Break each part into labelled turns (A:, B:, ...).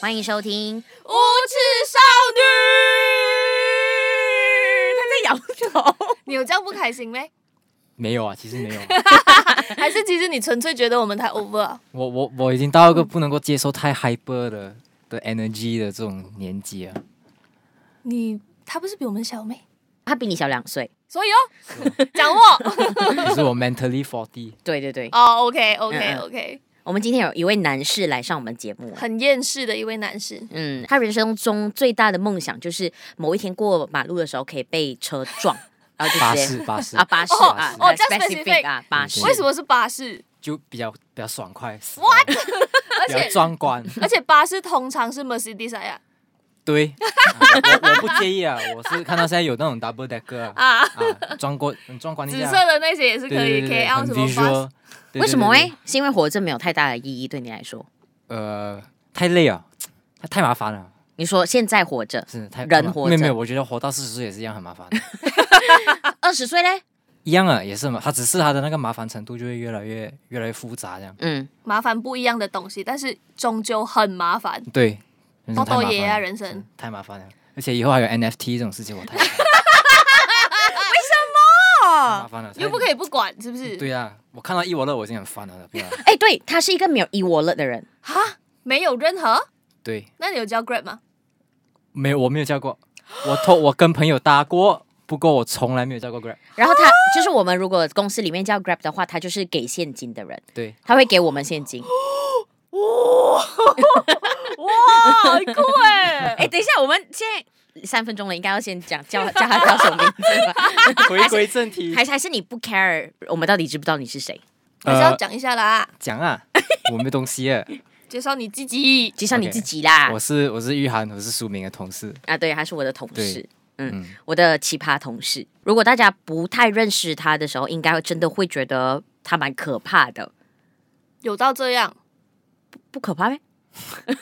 A: 欢迎收听，
B: 无耻少女，他在摇头。你有这样不开心没？
C: 没有啊，其实没有啊、
B: 还是其实你纯粹觉得我们太 over 啊？
C: 我我我已经到一个不能够接受太 hyper 的的 energy 的这种年纪啊。
B: 你他不是比我们小妹，
A: 他比你小两岁，
B: 所以哦，讲我
C: 可是我 mentally forty，
A: 对对对。
B: 哦，OK OK
A: 嗯嗯
B: OK，
A: 我们今天有一位男士来上我们节目啊，
B: 很厌世的一位男士。
A: 嗯，他人生中最大的梦想就是某一天过马路的时候可以被车 撞，然后就
C: 巴
A: 直接
C: 士巴士
A: 啊巴士
B: 哦
A: 啊
B: 哦
A: 来
B: just specific
A: 啊巴士，
B: 为什么是巴士？
C: 就比较比较爽快
B: What？
C: 比较壮观。
B: 而且巴士通常是 Mercedes 来啊，
C: 对，啊我我不介意啊，我是看到现在有那种 double decker
B: 啊
C: 啊，啊壮观很壮观一
B: 紫
C: 下，
B: 色的那些也是可
C: 对对
B: 以
C: 对对，
B: KL
C: 很
B: 什么巴士
C: visual。对
A: 为什么？
C: 对对
A: 哎？是因为活着没有太大的意义对你来说？
C: 呃，太累啊，太太麻烦了，
A: 你说现在活着，
C: 是太
A: 人
C: 太麻
A: 活着
C: 没有没有，我觉得活到四十岁也是一样很麻烦，
B: 啊
A: 二十岁嘞？
C: 一样啊，也是嘛，它只是它的那个麻烦程度就会越来越越来越复杂这样。
A: 嗯，
B: 麻烦不一样的东西，但是终究很麻烦。
C: 对，人生
B: 多
C: 太麻
B: 多
C: 烦
B: 爷啊，
C: 了，
B: 人生
C: 嗯太麻烦了，而且以后还有 NFT 这种事情，我太为什 么？麻烦了，
B: 又不可以不管，是不
C: 以
B: 是？
C: 对啊，我看到一我乐我已经很烦了，不要
A: 哎，对，他是一个没有 e wallet 的人，
B: 哈，没有任何。
C: 对，
B: 那你有教 Grab 吗？
C: 没有我没有叫过，我偷我跟朋友搭过，不过我从来没有叫过 Grab，
A: 然后他就是我们如果公司里面叫 Grab 的话，他就是给现金的人，
C: 对，
A: 他会给我们现金。
B: 哇，很酷哎、
A: 哎，等一下，我们现在三分钟了，应该要先 讲叫叫他叫什么名字吧？
C: 回归正 题
A: 还，是还是你不 care 我们到底知不知道你是谁？
B: 还是要讲一下啦，
C: 讲啊，我没东西 啊，
B: 介绍你自己。
A: 介绍你
C: OK，
A: 自己
B: 啊
A: 啦
C: 我是我是玉涵，我是苏明的同事，
A: 啊，对，他是我的同事
C: 对。
A: 嗯
C: 嗯，
A: 我的奇葩同事。如果大家不太认识他的时候，应该真的会觉得他蛮可怕的，
B: 有到这样，
A: 不可怕吗？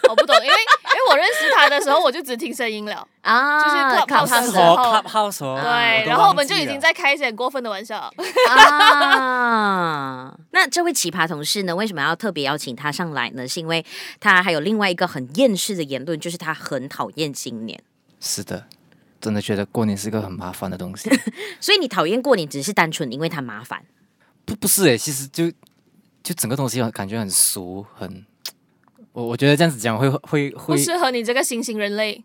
B: 我不懂，因为因为我认识他的时候，我就只听声音 了。
A: 啊，
B: 就是 Clubhouse
A: 靠
B: 的时候
C: 哦，Clubhouse 哦，
B: 对，
C: 都
B: 然后我
C: 忘
B: 们
C: 记
B: 就已经
C: 了
B: 在开一些很过分的玩笑。
A: 啊。 那这位奇葩同事呢？为什么要特别邀请他上来呢？是因为他还有另外一个很厌世的言论，就是他很讨厌新年。
C: 是的，真的觉得过年是个很麻烦 的东西。
A: 所以你讨厌过年，只是单纯因为它麻烦。
C: 不不是诶、欸其实就就整个东西很感觉很俗，很我我觉得这样子讲会会
B: 不
C: 会
B: 适合你这个新型人类。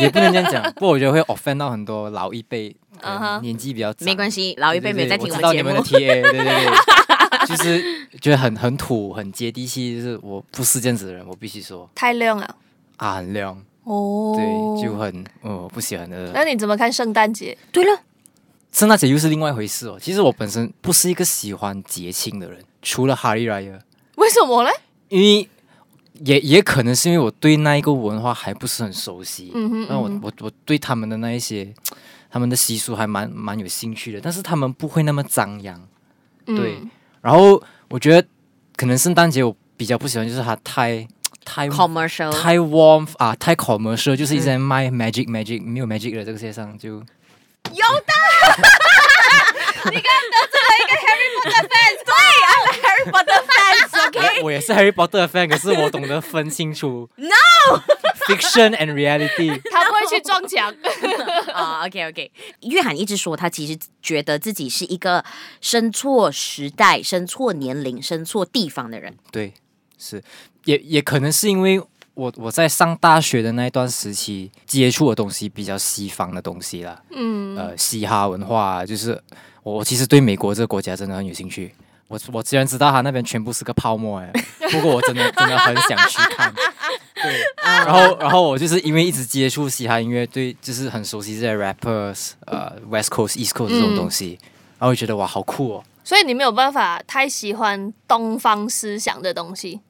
C: 也不能这 样讲，不过我觉得会 offend 到很多老一辈，
B: 嗯哼
C: 呃年纪比较长
A: 没关，系，老一辈没有在听
C: 我
A: 我
C: 知道
A: 们
C: 你
A: 节
C: 们的
A: 目。
C: TA，对对 对，就是觉得很很土，很接地气，就是我不是这样子的人，我必须说
B: 太亮了。
C: 啊很亮，
B: 哦
C: 对，就很哦我不喜欢的。
B: 那你怎么看圣诞节？
A: 对了，
C: 圣诞节又是另外一回事哦。其实我本身不是一个喜欢节庆的人，除了哈利来尔，
B: 为什么嘞？
C: 因为也也可能是因为我对那一个文化还不是很熟悉，
B: 嗯哼
C: 那我
B: 嗯哼
C: 我我对他们的那一些他们的习俗还蛮蛮有兴趣的，但是他们不会那么张扬。对
B: 嗯，
C: 然后我觉得可能圣诞节我比较不喜欢，就是它太太
A: commercial
C: 太 warm 啊，太 commercial，就是一直在
B: 嗯
C: 卖 magic magic，没有 magic 的这个世界上就
B: 有的。你刚刚得罪了一个 Harry Potter fans，对，I'm a Harry Potter fans。
C: 我我也是 Harry Potter 的 fan，可是我懂得分清楚 no fiction and reality。
B: 他不会去撞墙。
A: 啊、o k OK。约翰一直说他其实觉得自己是一个生错时代、生错年龄、生错地方的人。
C: 对，是，也也可能是因为我我在上大学的那一段时期接触的东西比较西方的东西啦，
B: 嗯，
C: 呃，嘻哈文化、啊，就是我我其实对美国这个国家真的很有兴趣。我我虽然知道它那边全部是个泡沫哎、不过我真的真的很想去看。对，然后然后我就是因为一直接触嘻哈音乐，对，就是很熟悉这些 rappers，呃，West Coast、East Coast 这种东西，然后我觉得哇，好酷哦。
B: 所以你没有办法太喜欢东方思想的东西。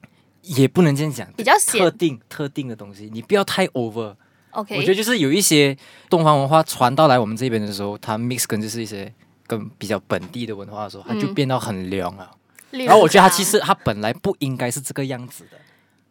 C: 也不能这样讲，
B: 比较显
C: 特定特定的东西，你不要太 over。
B: OK，
C: 我觉得就是有一些东方文化传到来我们这边的时候，它 mix 跟就是一些跟比较本地的文化的时候，它就变到很凉了。
B: 例如
C: 然后我觉得它
B: 啥
C: 其实它本来不应该是这个样子的，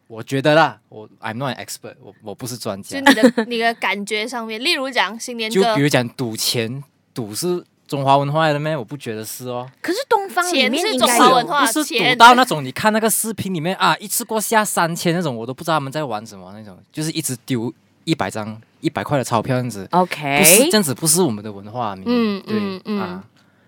C: 我觉得啦，我 I'm not an expert，我我不是专
B: 就
C: 家
B: 你。的你的感觉上面，例如讲新年
C: 就
B: 歌
C: 比如讲赌钱，赌是中华文化的咩？我不觉得是哦，
A: 可是东方里
B: 钱
A: 面
B: 是
A: 应
B: 中
A: 该
B: 华文
A: 有。
B: 化，
C: 不是
B: 钱
C: 赌到那种你看那个视频里面啊，一次过下三千那种，我都不知道他们在玩什么那种，就是一直丢一百张一百块的钞票这样子，不是
A: OK，
C: 这样子，不是我们的文化，明
B: 嗯
C: 对、
B: 嗯嗯
C: 啊。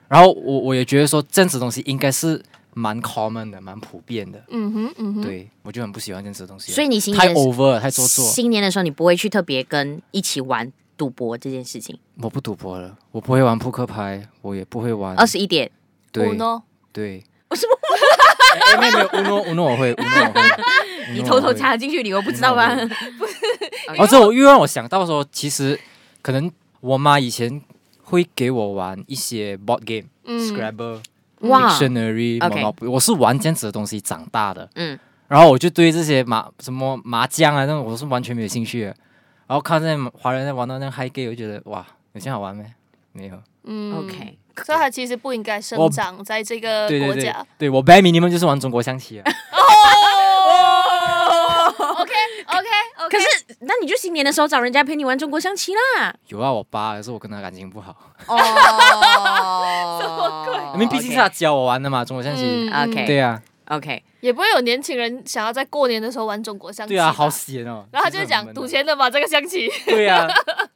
C: 然后我我也觉得说这样子的东西应该是蛮 common 的，蛮普遍的，
B: 嗯哼嗯哼，
C: 对我就很不喜欢这样子的东西，
A: 所以你新
C: 太
A: 年
C: over 了，太做作。
A: 新年的时候你不会去特别跟一起玩赌博这件事情。
C: 我不赌博了，我不会玩扑克牌，我也不会玩。
A: 二十一点，
C: 对
B: 呢？
C: 对， 我什么？没有没有，uno uno 我会 ，uno 我会，
A: 你
C: Uno
A: 偷
C: 我
A: 偷
C: 会
A: 插进去，你又不知道吗？
C: 哦，这我又让我想到说，其实可能我妈以前会给我玩一些 board game、Scrabble、
B: 嗯
A: 哇
C: Dictionary、
A: OK
C: Monopoly，我是玩这样子的东西长大的。
A: 嗯，
C: 然后我就对这些麻什么麻将啊那种，我是完全没有兴趣的。然后看见华人在玩到那个 high game，我就觉得哇，有这样好玩没？没有。
B: 嗯
A: OK，
B: 所以它其实不应该生
C: 我
B: 长在这个
C: 对
B: 国
C: 对对
B: 家。，
C: 对我 bare minimum 就是玩中国象棋啊。
B: OK OK OK，
A: 可是那你就新年的时候找人家陪你玩中国象棋啦。
C: 有啊，我爸，可是我跟他感情不好，
A: 哦，什么
B: 哦
A: 鬼
C: 因为毕竟是他啊教我玩的嘛，中国象棋。
A: 嗯 OK
C: 对啊，
A: OK，
B: 也不会有年轻人想要在过年的时候玩中国象棋。
C: 对啊，好。闲哦。
B: 然后他就是
C: 真的很
B: 讲
C: 闷啊
B: 赌。钱的嘛，这个象棋。
C: 对啊，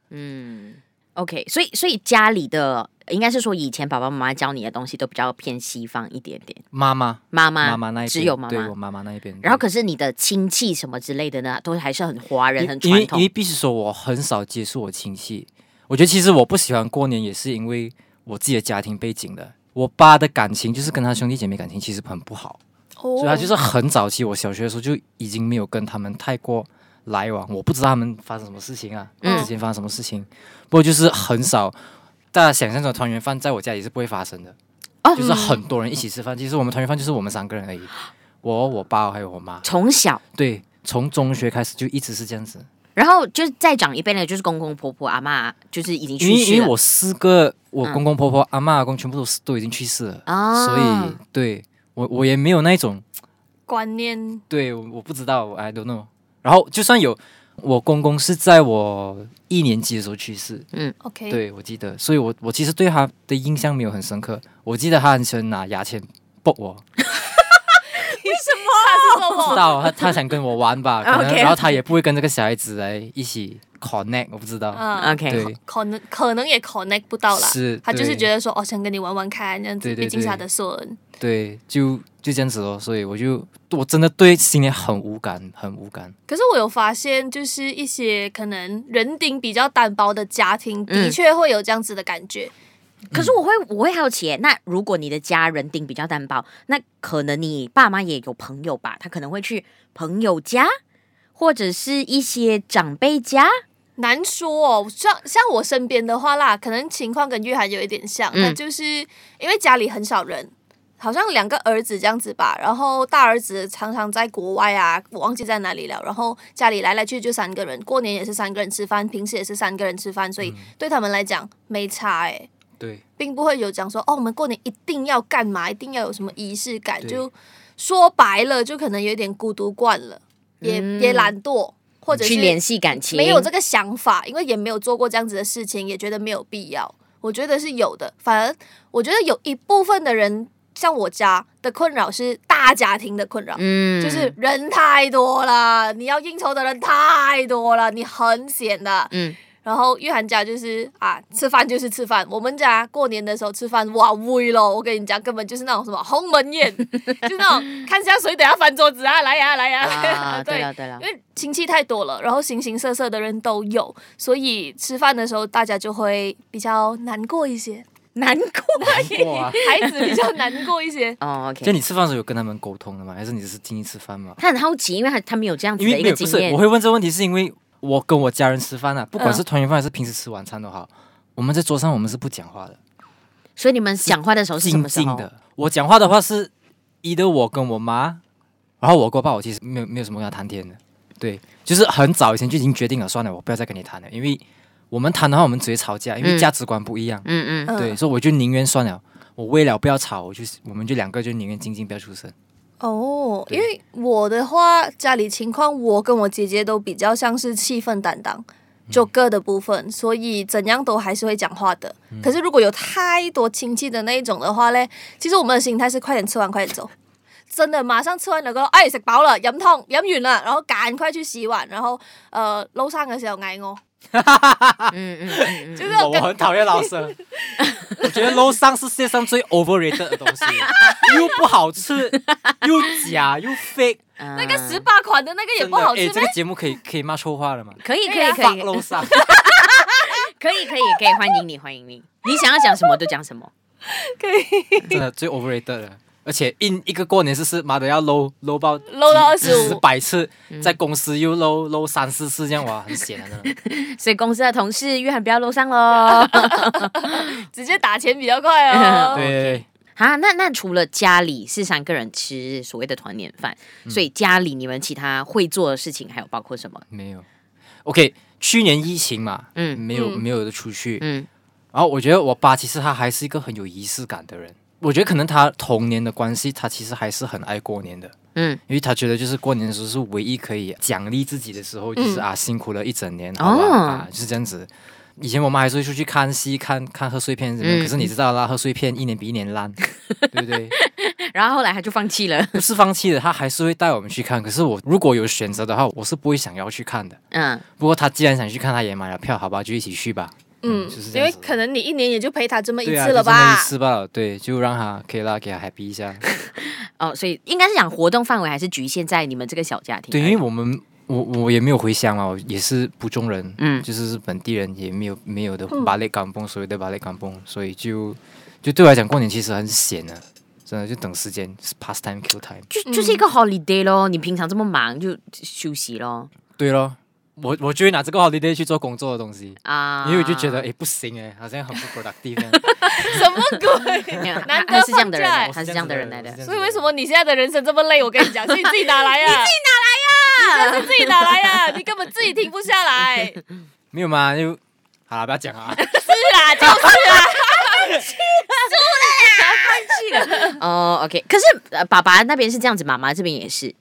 A: 嗯，OK，所以所以家里的应该是说以前爸爸妈妈教你的东西都比较偏西方一点点，
C: 妈妈，
A: 妈妈
C: 妈妈那一边，
A: 只有妈
C: 对我
A: 妈。
C: 妈妈那一边。
A: 然后可是你的亲戚什么之类的呢，都还是很华人、
C: 因
A: 很
C: 因为
A: 传
C: 因
A: 统
C: 为。必须说，我很少接触我亲戚。我觉得其实我不喜欢过年，也是因为我自己的家庭背景的。我爸的感情就是跟他兄弟姐妹感情其实很不好，
B: 哦
C: 所以他就是很早期，我小学的时候就已经没有跟他们太过来往。我不知道他们发生什么事情啊，
A: 嗯
C: 之前发生什么事情，不过就是很少。大家想象中的团圆饭在我家里是不会发生的，
A: 哦
C: 就是很多人一起吃饭。其实我们团圆饭就是我们三个人而已，我、我爸还有我妈。
A: 从小，
C: 对，从中学开始就一直是这样子。
A: 然后就是再长一辈呢，就是公公婆婆、阿妈，就是已经
C: 因
A: 去
C: 为因
A: 世
C: 为
A: 了。
C: 我四个，我
A: 嗯
C: 公公婆婆、阿嬷阿公全部都是都已经去世了，
A: 啊
C: 所以对我我也没有那一种，
B: 观念
C: 对我我不知道，I don't know。然后就算有，我公公是在我一年级的时候去世，
B: OK。
C: 对我记得，所以我我其实对他的印象没有很深刻。我记得他很喜欢拿牙签拨我，
B: 他是
C: 不知
B: 说
C: 道他他想跟我玩 吧，可能
A: OK
C: 然后他也不会跟这个小孩子来一起 connect，我不知道。
B: 嗯，
A: OK，
C: 对，
B: 可能可能也 connect 不到啦。
C: 是
B: 他就是
C: 对
B: 觉得说，哦，想跟你玩玩看，这样
C: 对
B: 子，
C: 对
B: 毕竟是他
C: 对
B: 的孙。
C: 对，就就这样子咯。所以我就我真的对新年很无感，很无感。
B: 可是我有发现，就是一些可能人丁比较单薄的家庭，
A: 嗯
B: 的确会有这样子的感觉。
A: 可是我会我会好奇耶，那如果你的家人丁比较单薄，那可能你爸妈也有朋友吧？他可能会去朋友家，或者是一些长辈家。
B: 难说哦，像像我身边的话啦，可能情况跟约翰有一点像，
A: 嗯
B: 那、就是因为家里很少人，好像两个儿子这样子吧，然后大儿子常常在国外啊，我忘记在哪里了，然后家里来来去去就三个人，过年也是三个人吃饭，平时也是三个人吃饭，
A: 嗯
B: 所以对他们来讲没差诶、
C: 对，
B: 并不会有讲说哦，我们过年一定要干嘛，一定要有什么仪式感。
C: 对
B: 就说白了，就可能有点孤独惯了，也、
A: 嗯
B: 也懒惰，或者是
A: 去联系感情，
B: 没有这个想法，因为也没有做过这样子的事情，也觉得没有必要。我觉得是有的，反而我觉得有一部分的人，像我家的困扰是大家庭的困扰，
A: 嗯
B: 就是人太多了，你要应酬的人太多了，你很闲的。
A: 嗯，
B: 然后玉涵家就是啊，吃饭就是吃饭。我们家过年的时候吃饭，哇喂咯！我跟你讲，根本就是那种什么鸿门宴， 就是那种看下谁等下翻桌子啊，来呀、来呀、
A: 啊，对
B: 对
A: 了对了
B: 因，为亲戚太多了，然后形形色色的人都有，所以吃饭的时候大家就会比较难过一些，
A: 难过。
C: 哇！
B: 孩子比较难过一些
A: 哦
C: 就
A: ，OK。
C: 你吃饭的时候有跟他们沟通的吗？还是你只是进去吃饭嘛？
A: 他很好奇，因为他他没有这样子
C: 因
A: 嗯的
C: 为
A: 一
C: 没
A: 个
C: 有不
A: 经
C: 是，
A: 验
C: 我，会问这个问题是因为我跟我家人吃饭啊，不管
B: 嗯
C: 是团圆饭还是平时吃晚餐都好，我们在桌上我们是不讲话的，
A: 所以你们讲话的时候哦是什
C: 静
A: 么时
C: 静
A: 候？
C: 的。我讲话的话是，一的我跟我妈，然后我跟我爸，我其实没有没有什么跟他谈天的。对，就是很早以前就已经决定了，算了，我不要再跟你谈了，因为我们谈的话，我们直接吵架，因为
A: 嗯
C: 价值观不一样。
A: 嗯嗯，
B: 嗯
C: 对，所以我就宁愿算了，我为了不要吵，我就我们就两个就宁愿静静不要出声。
B: 哦，
C: 对
B: 因为我的话，家里情况，我跟我姐姐都比较像是气氛担当，就各的部分，所以怎样都还是会讲话的。可是如果有太多亲戚的那一种的话嘞，其实我们的心态是快点吃完，快点走。真的，马上吃完了个，哎，食饱了，饮汤饮完了，然后赶快去洗碗，然后呃，楼上的时候挨我，
A: 嗯嗯嗯
B: 就
A: 嗯，
B: 是
C: 我我很讨 厌老生，我觉得楼上是世界上最 overrated 的东西，又不好吃，又假又 fake。
B: 那
A: 那
B: 个十八款的那个也不好吃咩
C: 真的诶这？个节目可以可以骂臭话了吗？
A: 可以可
B: 对
A: 以
B: 啊
A: 可
C: 放
A: 以
C: 楼上，
A: 可以可以可以，欢迎你欢迎你，你想要讲什么就讲什么。
B: 可以
C: 真的最 overrated 了。而且一一个过年是是妈的要 low low 到
B: low 到
C: 几几
B: 25
C: 百次，在公司又 low low 三四次这样哇，很闲啊，真的。
A: 所以公司的同事约翰不要露上喽。
B: 直接打钱比较快 哦。
C: 对，
A: 啊，那那除了家里是三个人吃所谓的团年饭，所以家里你们其他会做的事情还有包括什么？
C: 没有。OK，去年疫情嘛，
A: 嗯
C: 没有
B: 嗯
C: 没有的出去，
A: 嗯
C: 然后我觉得我爸其实他还是一个很有仪式感的人。我觉得可能他童年的关系，他其实还是很爱过年的，
A: 嗯，
C: 因为他觉得就是过年的时候是唯一可以奖励自己的时候，就是啊辛苦了一整年，好吧、
A: 嗯哦
C: 啊就是这样子。以前我们还是会出去看戏、看看贺岁片什么，
A: 嗯
C: 可是你知道啦，贺岁片一年比一 年烂，对不对？
A: 然后后来他就放弃了。
C: 不是放弃的，他还是会带我们去看。可是我如果有选择的话，我是不会想要去看的。
A: 嗯，
C: 不过他既然想去看，他也买了票，好吧，就一起去吧。
B: 嗯
C: 就是，这
B: 因
C: 样
B: 为
C: 子
B: 可能你一年也就陪他这么一
C: 对啊，
B: 次了
C: 就这么
B: 吧
C: 一。次吧，对，就让他可以啦，给他 happy 一下。
A: 哦，所以应该是讲活动范围还是局限在你们这个小家庭。
C: 对，因为我们我我也没有回乡嘛，我也是不中人，
A: 嗯
C: 就是本地人也没有没有的巴勒港崩，所谓的巴勒港崩，所以就就对我来讲，过年其实很闲的、真的就等时间是 pass time kill time。
A: 就就是一
B: 嗯
A: 个 holiday 咯，你平常这么忙就休息咯
C: 对咯，我我就会拿这个 holiday 去做工作的东西。
A: 啊，
C: 因为我就觉得，哎诶不行欸诶，好像很不 productive 啊这样。
B: 什么 鬼？
C: 啊
A: 没有，他
B: 难得
A: 他是这样的人
B: 放假
A: 来，
B: 哎
A: 他是这样的人来的
C: 我是这样子的人。
B: 所以为什么你现在的人生这么累？我跟你讲，是你自己哪 来呀、啊
C: 啊
B: 你自己哪来啊呀、你根本自己停不下来。 是
C: 没有嘛？就好了，不要讲啊。
B: 啦，就是啦。
A: 哦，OK，可是呃爸爸那边是这样子，妈妈这边也是。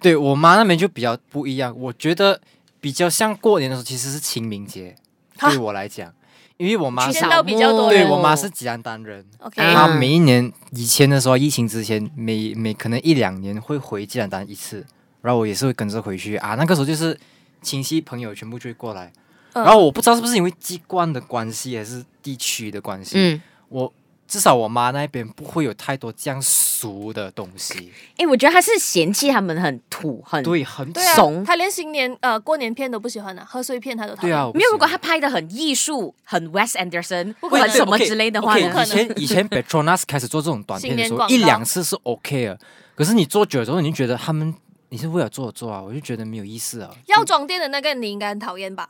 C: 对我妈那边就比较不一样，我觉得比较像过年的时候，其实是清明节，对我来讲，因为我妈
A: 去
C: 是
B: 见到比较多
C: 对
B: 人
C: 我妈是吉安丹人，
B: OK，、
A: 嗯
C: 她每一年以前的时候，疫情之前，每每可能一两年会回吉安丹一次，然后我也是会跟着回去啊，那个时候就是亲戚朋友全部就会过来，
B: 嗯
C: 然后我不知道是不是因为籍贯的关系，还是地区的关系，
A: 嗯，
C: 我。至少我妈那边不会有太多这样俗的东西，
A: 诶，哎我觉得他是嫌弃他们很土，很
C: 对，很
B: 对啊
A: 怂，
B: 他连新年呃过年片都不喜欢啊，贺岁片他都讨
C: 对
B: 厌。
C: 啊，我不
A: 没有，
C: 喜
A: 如果
C: 欢
A: 他拍的很艺术，很 Wes Anderson，
B: 不可能
A: 很什么之类的话
C: o
A: 呢
C: k 以前以前 Petronas 开始做这种短片的
B: 新
C: 时
B: 年
C: 候，
B: 广告
C: 一两次是 OK 的，可是你做久了之后，你就觉得他们你是为了做而做啊，我就觉得没有意思啊。
B: 药妆店的那个你应该很讨厌吧？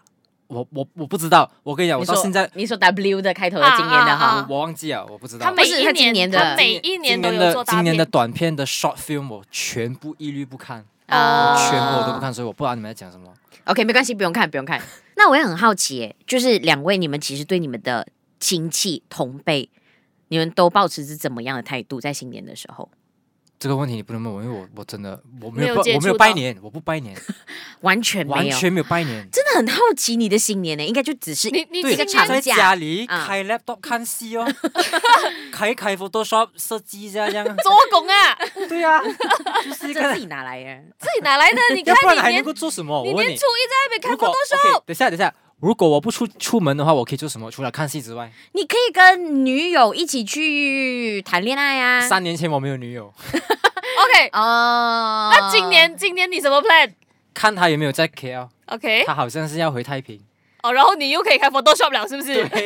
C: 我我我不知道，我跟你讲，我
A: 你
C: 到
A: 说
C: 现在
A: 你说 W 的开头的今年
B: 啊
A: 的
B: 啊
A: 哈
B: 啊，
C: 我忘记了，我不知道。
B: 他每
A: 不是
B: 一
A: 他今
B: 年
A: 年的
B: 他每一
C: 今
B: 年都
C: 年
B: 有做
C: 的
B: 大
C: 今
B: 片
C: 年的短片的 short film 我全部一律不看，
B: 啊
C: 全部我都不看，所以我不知道你们在讲什么。
A: OK，没关系，不用看，不用看。那我也很好奇耶，就是两位你们其实对你们的亲戚同辈，你们都保持着怎么样的态度？在新年的时候，
C: 这个问题你不能问我，因为我我真的我
B: 没
C: 没
B: 有
C: 有拜
B: 接
C: 我没有
B: 触
C: 拜
B: 到
C: 年，我不拜年，
A: 完全 没
C: 完
A: 有，
C: 全没有拜年。
A: 真的很好奇你的新年呢，应该就只是
B: 你你
C: 对，
B: 今
A: 这个
B: 年
A: 长
C: 在
A: 假
C: 家里
A: 啊
C: 开 laptop 看 戏哦，开一开 Photoshop 设计一下 这样。
B: 做工 啊，
C: 对啊，就是一个
A: 这自，己拿来耶。
B: 自己哪来的？你
C: 要
B: 看
C: 不然
B: 你
C: 还能
B: 年
C: 够做什么？
B: 你
C: 我问
B: 年
C: 啊你
B: 初，一在那边看
C: 如果
B: Photoshop，
C: OK，等一下等一下，如果我不出出门的话，我可以做什
A: 啊
C: 么？除了看戏之外，
A: 你可以跟女友一起去谈恋爱啊。
C: 三年前我没有女友，
B: OK，
A: 哦，
B: 那今
C: 啊
B: 年今年你什么 plan？
C: 看她有没有在 KL，
B: OK，
C: 她好像是要回太平。
B: 哦，然后你又可以开 Photoshop 了，是不是？
C: 对，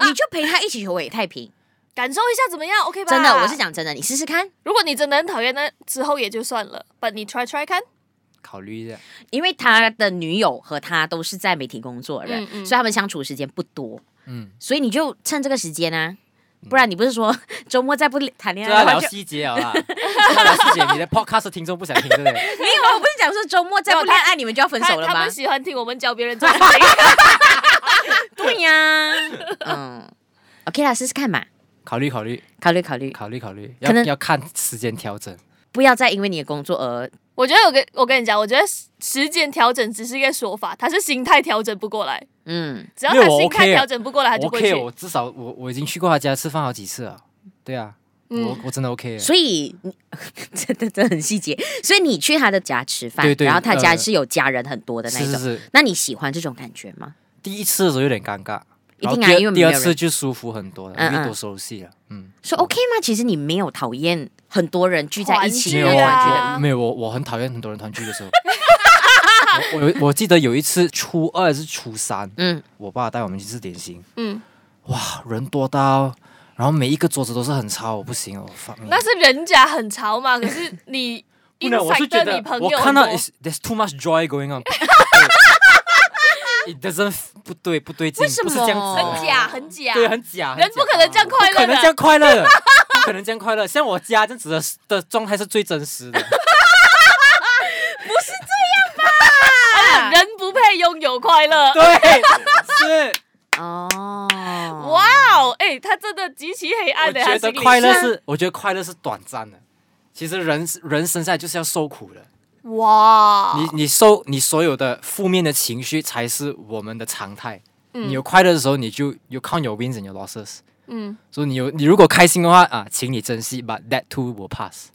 A: 你就陪他一起去尾太平。
B: 感受一下怎么样？OK 吧？
A: 真的，我是，讲真的，你试试看。
B: 如果你真的很讨厌，那之后也就算了。but 你 try try 看，
C: 考虑一下。
A: 因为他的女友和他都是在媒体工作的人，
B: 嗯嗯
A: 所以他们相处的时间不多，
C: 嗯，
A: 所以你就趁这个时间啊，不然你不是说 周末再不谈恋
C: 这
A: 爱
C: 要
A: 的话
C: 聊
A: 就，
C: 细节啊了啦。这要聊细节，你的 podcast 听众不想听，对不对？
A: 没有，我不是讲说周末再不恋爱你们就要分
B: 他
A: 手了
B: 他
A: 吗
B: 们？喜欢听我们教别人做事 情
A: 对呀、 嗯，OK 啦，试试看嘛，
C: 考虑考虑
A: 考虑考虑，
C: 考虑考虑，
A: 可
C: 要
A: 能
C: 要看时间调整。
A: 不要再因为你的工作而
B: 我觉得我跟我跟你讲，我觉得时间调整只是一个说法，他是心态调整不过来。
A: 嗯，
B: 只要
C: 因
B: 他
C: 为我
B: 心态
C: OK 啊
B: 调整不过来，他就
C: 我
B: 不会去
C: OK，。我至少我我已经去过他家吃饭好几次了，对啊，
B: 嗯
C: 我我真的 OK 耶。
A: 所以你 真的真的很细节，所以你去他的家吃饭，
C: 对对
A: 然后他家
C: 呃
A: 是有家人很多的那
C: 是
A: 种，
C: 是是，
A: 那你喜欢这种感觉吗？
C: 第一次的时候有点尴尬，
A: 一
C: 然后
A: 定啊，
C: 第
A: 因为
C: 二
A: 没
C: 第
A: 有
C: 二
A: 人
C: 次就舒服很多了，
A: 嗯
C: 因
A: 嗯
C: 为都熟悉了，嗯，
A: 说 OK 吗？其实你没有讨厌很多人聚在一起
B: 没
A: 的
B: 有
A: 感
B: 啊
A: 觉
B: 啊
A: 的，
C: 没有我我很讨厌很多人团聚 的时候。我我有我记得有一次初二还是初三，
A: 嗯，
C: 我爸带我们去吃点心，
B: 嗯，
C: 哇，人多到，然后每一个桌子都是很吵，我不行，我放。
B: 那是人家很潮嘛，可是你
C: 不能，我是
B: inside
C: 觉
B: 的
C: 得
B: 你朋
C: 我
B: 友
C: 看到
B: 很多
C: is there's too much joy going on 对。It doesn't 不对不对劲，
A: 为什么
C: 不是这样子的？
B: 很假，很假，
C: 哦对，很假。很
B: 人不
C: 假
B: 可能这样快
C: 不可
B: 乐
C: 能这
B: 的。
C: 样快乐，不可能这样快乐。像我家这样子的的状态是最真实 的。
B: 人不配拥有快乐。
C: 对，是。
A: 哦，
B: 哇哦，哎，他真的极其黑暗
C: 我
B: 的，他
C: 觉
B: 心
C: 得
B: 里
C: 快乐是，我觉得快乐是短暂的。其实人人生下来就是要受苦的。
B: 哇，
C: 你你受你所有的负面的情绪才是我们的常态。
B: 嗯
C: 你有快乐的时候，你就 you count your wins and your losses。
B: 嗯，
C: 所以你有你如果开心的话啊，请你珍惜，but that too will pass。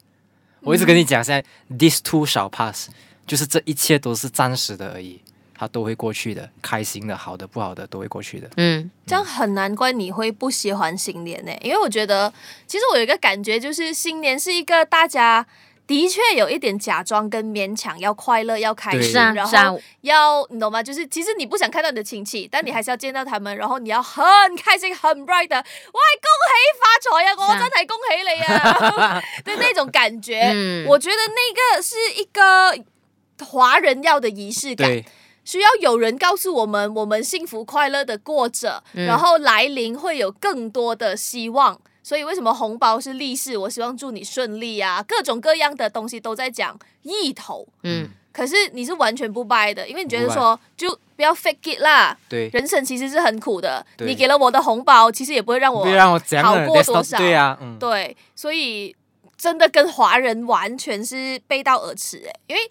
C: 我一直跟你讲，现在 this too shall pass，就是这一切都是暂时的而已，它都会过去的，开心的、好的、不好的都会过去的。
A: 嗯，
B: 这样很难怪你会不喜欢新年呢、因为我觉得，其实我有一个感觉，就是新年是一个大家的确有一点假装跟勉强要快乐要开
C: 对
B: 心，
A: 是啊
B: 然
A: 是啊
B: 后，要你懂吗？就是其实你不想看到你的亲戚，但你还是要见到他们，然后你要很开心很 bright 的，喂，恭喜发财呀、
A: 是啊
B: 我真系恭喜你呀、 的那种感觉。
A: 嗯
B: 我觉得那个是一个华人要的仪式感。
C: 对，
B: 需要有人告诉我们，我们幸福快乐的过着，
C: 嗯
B: 然后来临会有更多的希望。所以为什么红包是利是？我希望祝你顺利啊，各种各样的东西都在讲意头。
A: 嗯，
B: 可是你是完全不 buy 的，因为你觉得
C: 不 buy
B: 说就不要 fake it 啦，
C: 对，
B: 人生其实是很苦的。
C: 对
B: 你给了我的红包，其实也不会让我
C: 不要让我讲
B: 好
C: 了
B: 过
C: that's
B: 多
C: not-
B: 少
C: 对啊，嗯，
B: 对，所以真的跟华人完全是背道而驰诶，因为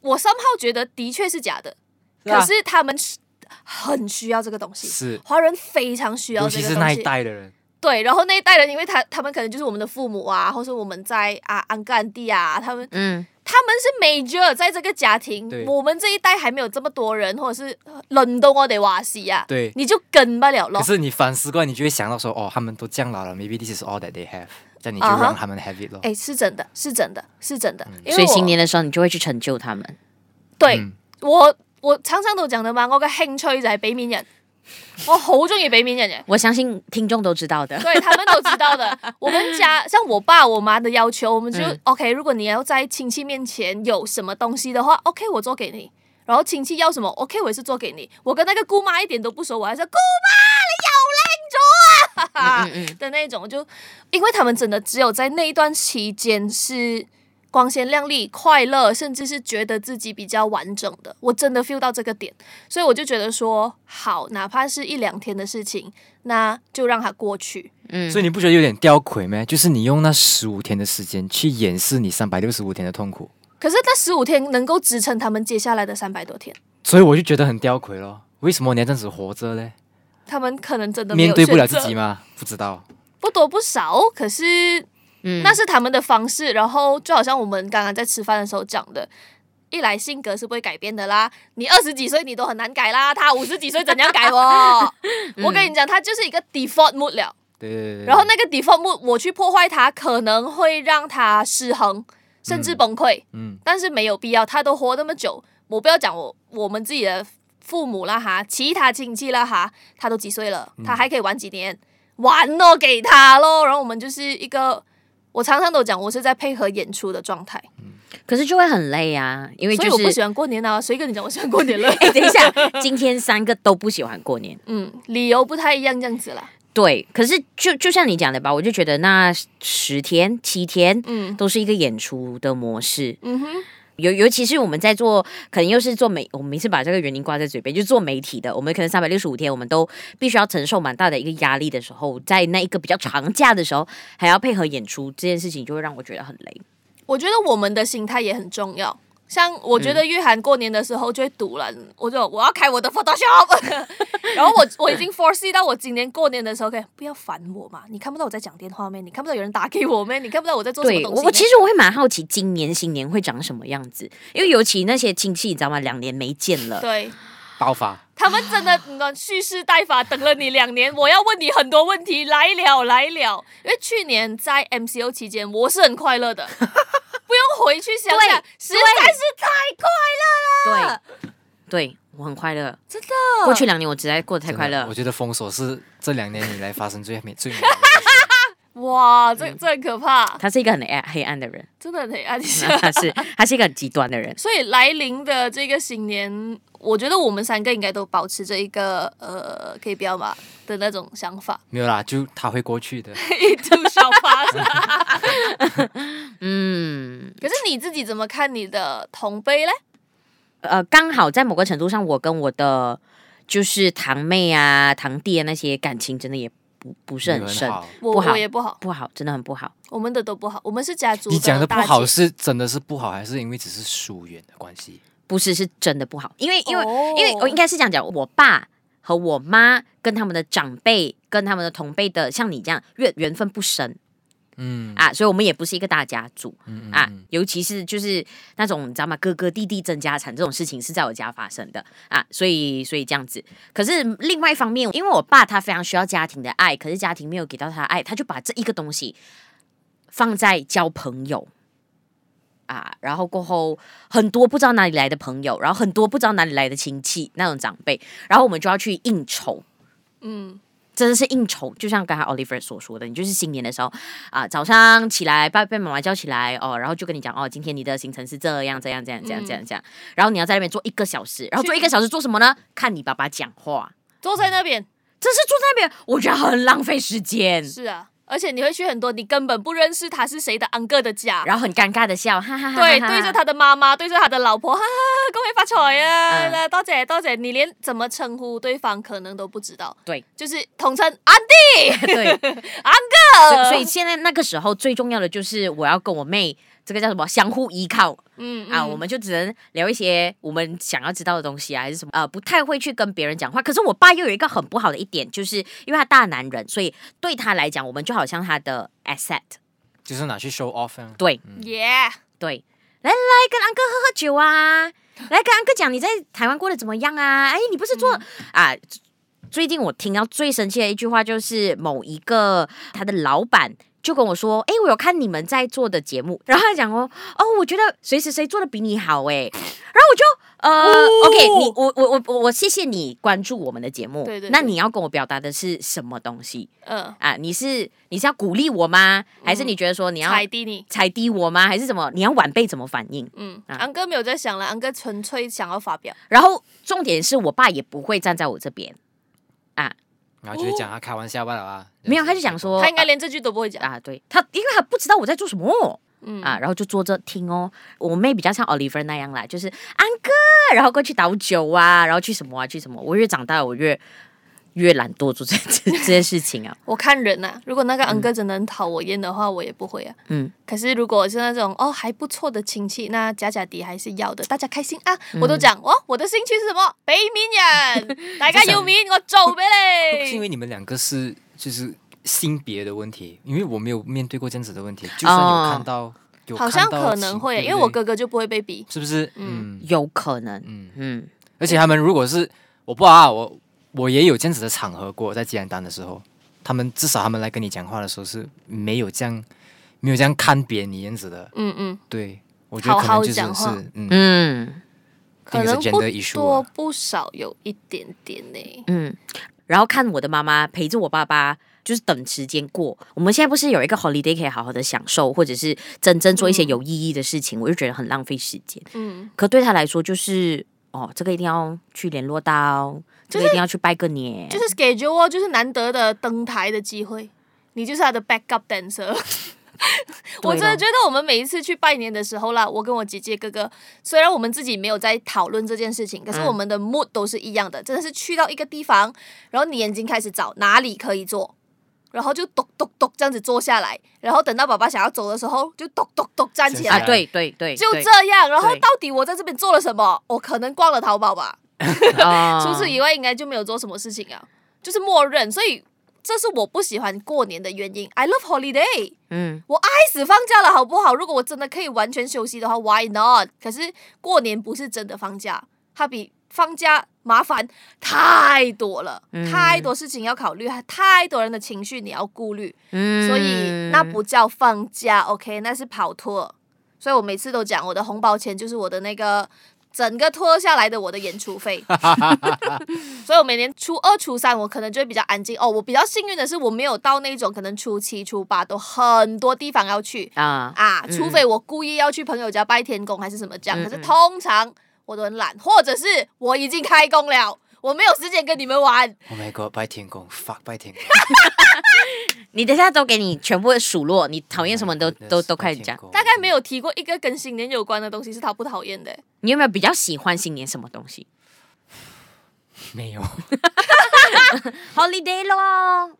B: 我三号觉得的确是假的，
C: 是啊
B: 可是他们是很需要这个东西，
C: 是，
B: 华人非常需要
C: 尤
B: 这
C: 其
B: 个
C: 是
B: 东
C: 那一
B: 西。
C: 代的人，
B: 对，然后那一代人，因为他他们可能就是我们的父母啊，或是我们在啊安哥安弟啊，他们
A: 嗯，
B: 他们是 major 在这个家庭
C: 对，
B: 我们这一代还没有这么多人，或者是轮到我哋话事啊，
C: 对。
B: 你就跟不了咯
C: 可。是你反思过来，你就会想到说，哦，他们都这样老了，maybe this is all that they have，这样你就
B: 啊哈
C: 让他们 have it 咯。
B: 哎，是真的，是真的，是真的。因为
A: 所以
B: 我
A: 新年的时候你就会去成就他们，
B: 对、
C: 嗯
B: 我，我常常都講到嘛，我嘅興趣就係俾面人，我好中意俾面人嘅。
A: 我相信听众都知道的，
B: 对他们都知道的。我们家像我爸我妈的要求，我们就、
A: 嗯
B: OK。如果你要在亲戚面前有什么东西的话，OK，我做给你。然后亲戚要什么，OK，我也是做给你。我跟那个姑妈一点都不熟，我还是姑妈，你又
A: 嗯
B: 靓咗啊的那一种。就因为他们真的只有在那一段期间是。光鲜亮丽、快乐，甚至是觉得自己比较完整的，我真的 feel 到这个点，所以我就觉得说，好，哪怕是一两天的事情，那就让它过去。
A: 嗯
C: 所以你不觉得有点吊诡吗？就是你用那十五天的时间去掩饰你三百六十五天的痛苦，
B: 可是那十五天能够支撑他们接下来的三百多天，
C: 所以我就觉得很吊诡咯。为什么你要这样子活着嘞？
B: 他们可能真的没
C: 面
B: 有
C: 对不了
B: 选
C: 自
B: 择
C: 己吗？不知道。
B: 不多不少，可是
A: 嗯
B: 那是他们的方式。然后就好像我们刚刚在吃饭的时候讲的，一来性格是不会改变的啦，你二十几岁你都很难改啦，他五十几岁怎样改哦？我跟你讲，他就是一个 default mood 了。
C: 对对对对。
B: 然后那个 default mood 我去破坏它，可能会让它失衡，甚至崩溃。
C: 嗯，
B: 但是没有必要，他都活那么久，我不要讲我我们自己的父母啦哈，其他亲戚啦哈，他都几岁了，他还可以玩几年，玩咯给他咯，然后我们就是一个。我常常都讲，我是在配合演出的状态，
A: 可是就会很累啊，因为
B: 所
A: 就
B: 以我不喜
A: 是。
B: 欢过年啊。谁跟你讲我喜欢过年了？
A: 哎，等一下，今天三个都不喜欢过年，
B: 嗯，理由不太一样这样子啦。
A: 对。可是就就像你讲的吧，我就觉得那十天七天
B: 嗯
A: 都是一个演出的模式，
B: 嗯哼，
A: 尤尤其是我们在做，可能又是做媒，我们每次把这个原因挂在嘴边，就做媒体的，我们可能三百六十五天，我们都必须要承受蛮大的一个压力的时候，在那一个比较长假的时候，还要配合演出这件事情，就会让我觉得很累。
B: 我觉得我们的心态也很重要。像我觉
A: 嗯
B: 得越韩过年的时候就会堵了，我就我要开我的 Photoshop，然 后我我已经 foresee 到我今年过年的时候，可以不要烦我嘛，你看不到我在讲电话咩？你看不到有人打给我咩？你看不到我在做什么
A: 对
B: 东
A: 我，
B: 西
A: 我
B: 咩？
A: 其实我会蛮好奇今年新年会长什么样子，因为尤其那些亲戚，你知道吗？两年没见了，
B: 对。
C: 爆发。
B: 他们真的嗯蓄势待发，等了你两年，我要问你很多问题，来了来了。因为去年在 MCO 期间，我是很快乐的， 不用回去想想，实在是太快乐了。
A: 对，对我很快乐。
B: 真的，
A: 过去两年我实在过得太快
C: 真的
A: 乐
C: 我，觉得封锁是这两年以来发生最美最美的事情。
B: 哇，
A: 嗯
B: 这这很可怕，
A: 他是一个很黑暗黑暗的人，
B: 真的很黑暗一下。
A: 他是他是一个很极端的人。
B: 所以来临的这个新年，我觉得我们三个应该都保持着一个呃，可以不要嘛的那种想法
C: 没有啦，就他会过 去的。
B: ，it o shall pass。
A: 嗯，
B: 可是你自己怎么看你的同辈嘞？
A: 呃，刚好在某个程度上，我跟我的就是堂妹啊、堂弟啊那些感情真的也不不是很深
C: 没有，好
B: 我
A: 不好
B: 我也不好，
A: 不好，真的很不好。
B: 我们的都不好，我们是家族
C: 你讲的不
B: 大
C: 好
B: 姐
C: 是真的是不好，还是因为只是疏远的关系？
A: 不是是真的不好，因为因为、
B: 哦
A: 因为我应该是这样讲，我爸和我妈跟他们的长辈跟他们的同辈的像你这样缘缘分不深
C: 嗯
A: 啊，所以我们也不是一个大家族
C: 嗯嗯
A: 啊
C: 嗯，
A: 尤其是就是那种你知道吗，哥哥弟弟争家产这种事情是在我家发生的啊，所以所以这样子。可是另外一方面，因为我爸他非常需要家庭的爱，可是家庭没有给到他爱，他就把这一个东西放在交朋友。啊，然后过后很多不知道哪里来的朋友，然后很多不知道哪里来的亲戚那种长辈，然后我们就要去应酬，
B: 嗯，
A: 真的是应酬，就像刚才 Oliver 所说的，你就是新年的时候啊，早上起来爸被妈妈叫起来哦，然后就跟你讲哦，今天你的行程是这样这样这样这样这样这样，然后你要在那边坐一个小时，然后坐一个小时做什么呢？看你爸爸讲话，
B: 坐在那边
A: 真是坐在那边，我觉得很浪费时间，
B: 是啊，而且你会去很多你根本不认识他是谁的安哥的家，
A: 然后很尴尬的笑，哈哈哈哈哈
B: 对，
A: 哈
B: 对着他的妈妈，对着他的老婆，哈哈 哈，恭喜发财啊！
A: 嗯
B: 多谢多谢，你连怎么称呼对方可能都不知道，
A: 对，
B: 就是统称安迪
A: 对。
B: 安哥，
A: 所以所以现在那个时候最重要的就是我要跟我妹这个叫什么相互依靠
B: 嗯
A: 啊，
B: 嗯
A: 我们就只能聊一些我们想要知道的东西啊，还是什么呃，不太会去跟别人讲话。可是我爸又有一个很不好的一点，就是因为他大男人，所以对他来讲，我们就好像他的 asset，
C: 就是拿去 show off 啊。
A: 对
B: yeah，
A: 对。来来来，跟安哥喝喝酒啊！来跟安哥讲你在台湾过得怎么样啊？哎，你不是
B: 嗯
A: 做、啊？最近我听到最生气的一句话就是某一个他的老板就跟我说：“哎，我有看你们在做的节目，然后他讲哦哦，我觉得谁谁谁做的比你好哎。”然后我就呃、o
B: 哦
A: k 你我我我我我谢谢你关注我们的节目，
B: 对对对
A: 那你要跟我表达的是什么东西
B: 嗯，
A: 啊？你是你是要鼓励我吗？还是你觉得说你要
B: 踩低你。
A: 踩低我吗？还是什么？你要晚辈怎么反应？
B: 嗯，
A: 啊
B: 安哥没有在想了，安哥纯粹想要发表，
A: 然后重点是我爸也不会站在我这边，
C: 然后就会讲他开玩笑罢了啊。
A: 没有，他就讲说
B: 哦他应该连这句都不会讲。
A: 啊，对他，因为他不知道我在做什么。
B: 嗯
A: 啊，然后就坐着听哦。我妹比较像 Oliver 那样啦，就是安哥，然后过去倒酒啊，然后去什么啊，去什么。我越长大，我越越懒惰做这 这这些事情啊。
B: 我看人呐、如果那
C: 嗯
B: 个安哥真的很讨我厌的话，我也不会啊。
A: 嗯，
B: 可是如果是那种哦还不错的亲戚，那假假底还是要的，大家开心啊！
C: 嗯
B: 我都讲哦，我的兴趣是什么？北面 人，大家有面我做俾
C: 是因
B: 你。
C: 为你们两个是就是性别的问题，因为我没有面对过这样子的问题，就算有看到，有
B: 哦好
C: 看
B: 像
C: 到
B: 可能
C: 情
B: 会，
C: 对
B: 因
C: 不
B: 为我
C: 对
B: 哥哥就不会被比。
C: 是不是？嗯
A: 有可能，
C: 嗯，
A: 嗯，
C: 而且他们如果是我不知道啊，我我也有这样子的场合过，在吉兰丹的时候，他们至少他们来跟你讲话的时候是没有这样没有这样看扁你这样子的，
B: 嗯嗯，
C: 对。我觉得可
B: 好
C: 能
B: 好
C: 就是
B: 讲话
C: 是嗯，
A: 嗯
B: 可能
C: I think it's a
B: 不
C: gender issue
B: 多
C: 啊
B: 不少有一点点呢。
A: 嗯。然后看我的妈妈陪着我爸爸，就是等时间过。我们现在不是有一个 holiday 可以好好的享受，或者是真正做一
C: 嗯
A: 些有意义的事情，我就觉得很浪费时间。
B: 嗯，
A: 可对他来说，就是哦，这个一定要去联络到，这个一定要去拜个年，
B: 就是 schedule 哦，就是难得的登台的机会，你就是他的 backup dancer。我真的觉得我们每一次去拜年的时候啦，我跟我姐姐哥哥，虽然我们自己没有在讨论这件事情，可是
A: 嗯
B: 我们的 mood 都是一样的，真的是去到一个地方，然后你眼睛开始找哪里可以做，然后就咚咚咚这样子坐下来，然后等到爸爸想要走的时候，就咚咚咚站起
C: 啊
A: 啊，
B: 来，
A: 对对对，
B: 就
A: 对，
B: 这样。然后
A: 对
B: 到底我在这边做了什么？我可能逛了淘宝吧，
A: 啊
B: 除此以外应该就没有做什么事情啊，就是默认。所以这是我不喜欢过年的原因。I love holiday，
A: 嗯，
B: 我爱死放假了，好不好？如果我真的可以完全休息的话，Why not？可是过年不是真的放假，它比放假麻烦太多了，
A: 嗯
B: 太多事情要考虑，太多人的情绪你要顾虑。
A: 嗯
B: 所以那不叫放假，OK，那是跑脱。所以我每次都讲，我的红包钱就是我的那个整个拖下来的我的演出 费。所以我每年初二、初三，我可能就会比较安静。哦，我比较幸运的是，我没有到那种可能初七、初八都很多地方要去
A: 啊，
B: 啊，
A: 嗯
B: 除非我故意要去朋友家拜天公还是什么这样。
A: 嗯
B: 可是
A: 嗯
B: 通常我都很懒，或者是我已经开工了，我没有时间跟你们玩。
C: Oh my god！拜天公，fuck！拜 天公，
A: 你等一下都给你全部的数落，你讨厌什么你都
C: Oh my
A: 都
C: goodness，
A: 都开
C: 拜
A: 始
C: 天
A: 讲。
C: 公
B: 大概没有提过一个跟新年有关的东西是讨不讨厌的。
A: 你有没有比较喜欢新年什么东西
C: 没有。
A: ？Holiday 咯，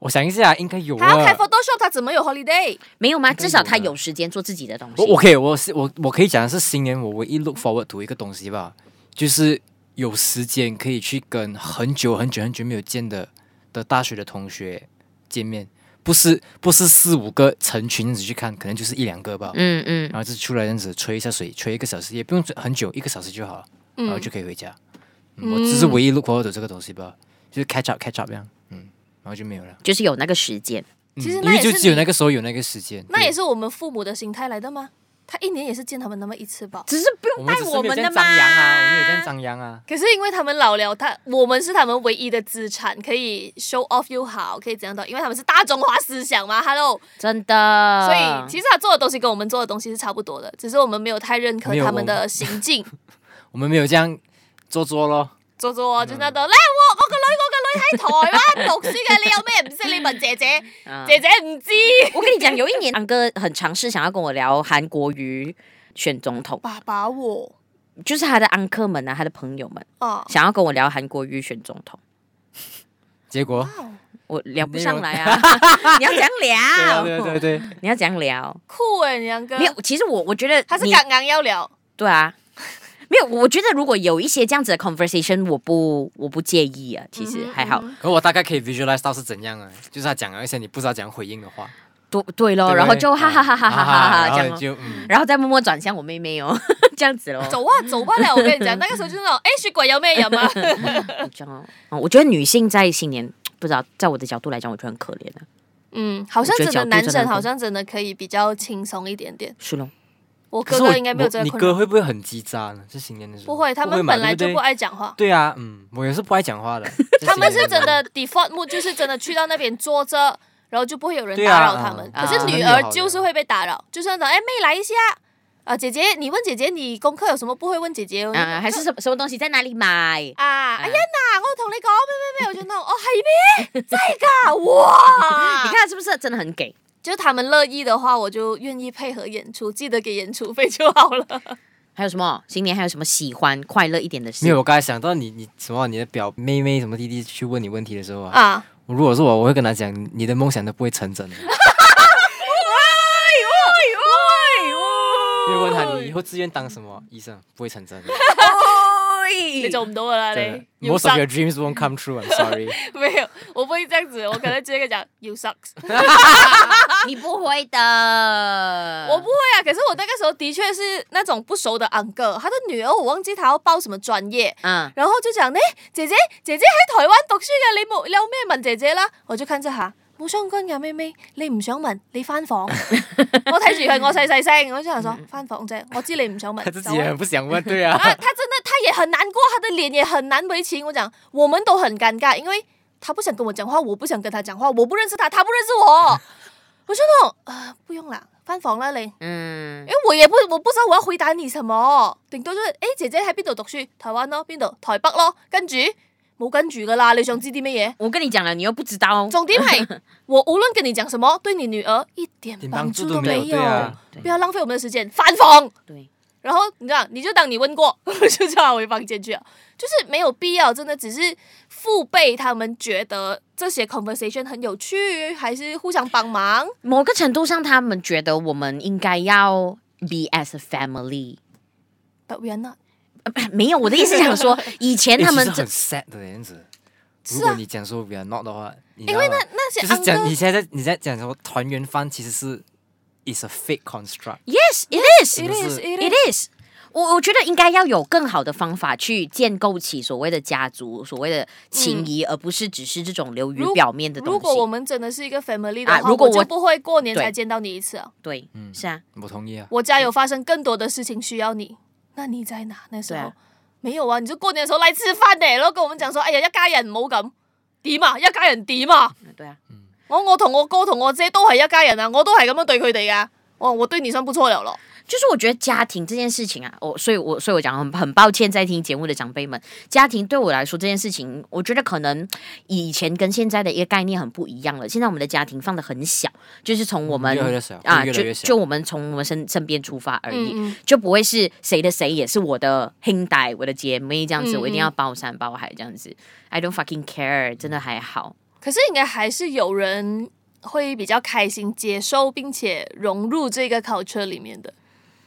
C: 我想一下，应该有
B: 他要开
C: 啊。
B: Photoshop，他怎么有 holiday？
A: 没有吗？
C: 该
A: 至少
C: 有
A: 他
C: 吧
A: 有时间做自己的东西。
C: 我我可以，我是我我可以讲的是新年我唯一 look forward to 一个东西吧，就是有时间可以去跟很久很久很久没有见的的大学的同学见面，不是不是四五个成群子去看，可能就是一两个吧。
A: 嗯嗯，
C: 然后就出来这样子吹一下水，吹一个小时也不用很久，一个小时就好了，然后就可以回家。嗯我只是唯一 look forward to 这个东西吧，就是 catch up catch up 这样，嗯，然后就没有了。
A: 就是有那个时间。
C: 嗯
B: 其实
C: 因
B: 那
C: 为
B: 也是
C: 就只有
B: 你
C: 那个时候有那个时间，
B: 那也
C: 是
B: 是我们父母的心态来的吗？他一年也是见他们那么一次吧。
A: 只是不
C: 我
A: 用
C: 们
A: 带
C: 只是
A: 我
C: 没有
A: 们的
C: 这样
A: 嘛。
C: 张扬啊，我们有这样张扬啊。
B: 可是因为他们老了，他我们是他们唯一的资产，可以 show off 又好，可以怎样的？因为他们是大中华思想嘛，Hello。
A: 真的。
B: 所以其实他做的东西跟我们做的东西是差不多的，只是我们没有太认可
C: 没有
B: 他们的行径。
C: 我们没有这样做作咯。
B: 做做就那度，嚟我我個女我個女喺台灣讀書嘅，你有咩唔識？你問姐姐，
A: 嗯
B: 姐姐唔知。
A: 我跟你讲，有一年安哥很尝试想要跟我聊韩国瑜选总统，
B: 爸爸我
A: 就是他的安客们啊，他的朋友们
B: 啊，
A: 想要跟我聊韩国瑜选总统，
C: 结果，
A: 我聊不
C: 没有
A: 上来啊。 你要讲
C: 对
A: 聊，
C: 啊，对对对，
A: 你要讲聊。
B: 酷诶，你兩個
A: 没有，其实我我觉得
B: 啊他是
A: 你
B: 刚刚要聊，
A: 对啊， 没有，我觉得如果有一些这样子的 conversation，我不我不介意啊，其实
B: 嗯哼
A: 还好
B: 嗯。
C: 可我大概可以 visualize 到是怎样啊，就是他讲了一些你不知道怎样回应的话，
A: 对对
C: 对
A: 咯，
C: 不
A: 然后
C: 对啊
A: 就哈哈哈哈哈哈哈这
C: 然后
A: 样
C: 你
A: 咯，
C: 就嗯，
A: 然后再默默转向我妹妹哦， 这样子咯。
B: 走啊走不了，我跟你讲，那个时候就是那种，哎、水鬼有咩 人啊？
A: 这样哦，嗯我觉得女性在新年不知道，在我的角度来讲，我觉得很可怜的、啊。
B: 嗯，好像真
A: 我觉
B: 的
A: 得角度真的
B: 男
A: 很
B: 生好像真的可以比较轻松一点点。
A: 是咯，
B: 我
C: 可
B: 哥
C: 是我
B: 哥应该没有这
C: 我
B: 个
C: 你
B: 困
C: 哥
B: 扰，
C: 会不会很鸡渣呢？是新年的时候
B: 不会，他们
C: 嘛
B: 本来就
C: 对
B: 不
C: 不对
B: 爱讲话。
C: 对啊，嗯，我也是不爱讲话的，在
B: 他们
C: 新
B: 是
C: 年
B: 真
C: 时候
B: 的 default mode，就是真的去到那边坐着，然后就不会有人
C: 对啊
B: 打扰他们。
A: 啊
B: 可是
A: 啊
B: 女
C: 很友
B: 儿
C: 好的
B: 就是会被打扰，就是那种哎妹来一下，啊姐姐你问姐姐你功课有什么不会问姐姐哦。
A: 啊，还是什么什么东西在哪里买？
B: 啊，哎呀嗱，我同你講咩咩咩，我就那種哦係咩？真係㗎，哇！
A: 你看他是不是真的很给？
B: 就是他们乐意的话，我就愿意配合演出，记得给演出费就好了。
A: 还有什么新年还有什么喜欢快乐一点的事？
C: 没有，我刚才想到你你什么你的表妹妹什么弟弟去问你问题的时候啊，
B: 啊，
C: 我如果是我，我会跟他讲，你的梦想都不会成真的。
B: 哎
C: 因为问他你以后志愿当什么
B: 嗯
C: 医生，不会成真 的。
B: 你做唔到噶啦，
C: 真的
B: 你要
C: Most of your
B: suck
C: dreams won't come true. I'm sorry.
B: 没有，我不会这样子，我可能直接跟你讲 you sucks，
A: 你不会的，
B: 我不会 啊。可是我那个时候的确是那种不熟的 uncle，他的女儿我忘记他要报什么专业，
A: 嗯，
B: 然后就讲呢，姐姐姐姐喺台灣讀書嘅，你冇你有咩問姐姐啦？我就跟咗下，冇相干嘅，妹妹，你唔想問，你翻 房。我睇住佢，我細細聲，我就想說翻房啫， 我知你唔想 問
C: 嗯他自，己
B: 走
C: 也
B: 啊
C: 很不想问，对啊。
B: 啊，他真的他也很难过，他的脸也很难为情。我讲，我们都很尴尬，因为他不想跟我讲话，我不想跟他讲话，我不认识他，他不认识我。我说那种，呃，不用啦，翻房啦你。
A: 嗯
B: 因，为我也不我不知道我要回答你什么，顶多就是诶姐姐喺邊度讀書？台灣咯，邊度台北咯，跟住冇跟住噶啦，你想知啲乜嘢？
A: 我跟你讲了，你又不知道，
B: 重點係我無論跟你講什麼，對你女兒一點
C: 點
B: 幫
C: 幫
B: 助
C: 助
B: 都
C: 都
B: 沒
C: 沒
B: 有，
C: 有對啊
B: 不要浪費我們的時間，翻房。
A: 对，
B: 然后你知道，你就当你问过， 就叫他回房间去了，就是没有必要，真的只是父辈他们觉得这些 conversation 很有趣，还是互相帮忙。
A: 某个程度上，他们觉得我们应该要 be as a family。
B: But we are not。
A: 没有，我的意思想 说，以前
C: 诶
A: 他们
C: 其实
A: 这
C: 很 sad 的样子。
B: 是啊
C: 如果你讲说 we are not 的话，因
B: 因为那那些
C: 就是讲
B: uncle-
C: 你现在在你在讲什么团圆饭，其实是 is a fake construct。
A: yes it is
B: It is, it is.
A: it is。我我觉得应该要有更好的方法去建构起所谓的家族、所谓的情谊，而不是只是这种流于
B: 如
A: 表面的东西。
B: 如果我们真的是一个 family 的话，
A: 啊如果
B: 我
A: 我
B: 就不会过年
A: 对
B: 才见到你一次啊。
A: 对，
C: 嗯
A: 是啊，
C: 我同意啊，
B: 我家有发生更多的事情需要你，那你在哪？那时候、
A: 对啊
B: 没有啊，你就过年的时候来吃饭呢，然后跟我们讲说，哎呀，一家人唔好咁點啊，一家人點啊。
A: 对啊，
B: 我我同我哥同我姐都係一家人啊，我都係咁樣對佢哋噶。我我對你算不錯了咯。
A: 就是我觉得家庭这件事情啊，我所以我所以我讲很很抱歉，在听节目的长辈们，家庭对我来说这件事情，我觉得可能以前跟现在的一个概念很不一样了。现在我们的家庭放得很小，就是从我们
C: 嗯越来越小
A: 啊，
C: 会越来
A: 就
C: 越小
A: 就我们从我们身身边出发而已。
B: 嗯嗯
A: 就不会是谁的谁也是我的兄弟、我的姐妹这样子，
B: 嗯嗯
A: 我一定要包山包海这样子。I don't fucking care，真的还好。
B: 可是应該還是有人會比較開心接受並且融入這個 culture 里面的。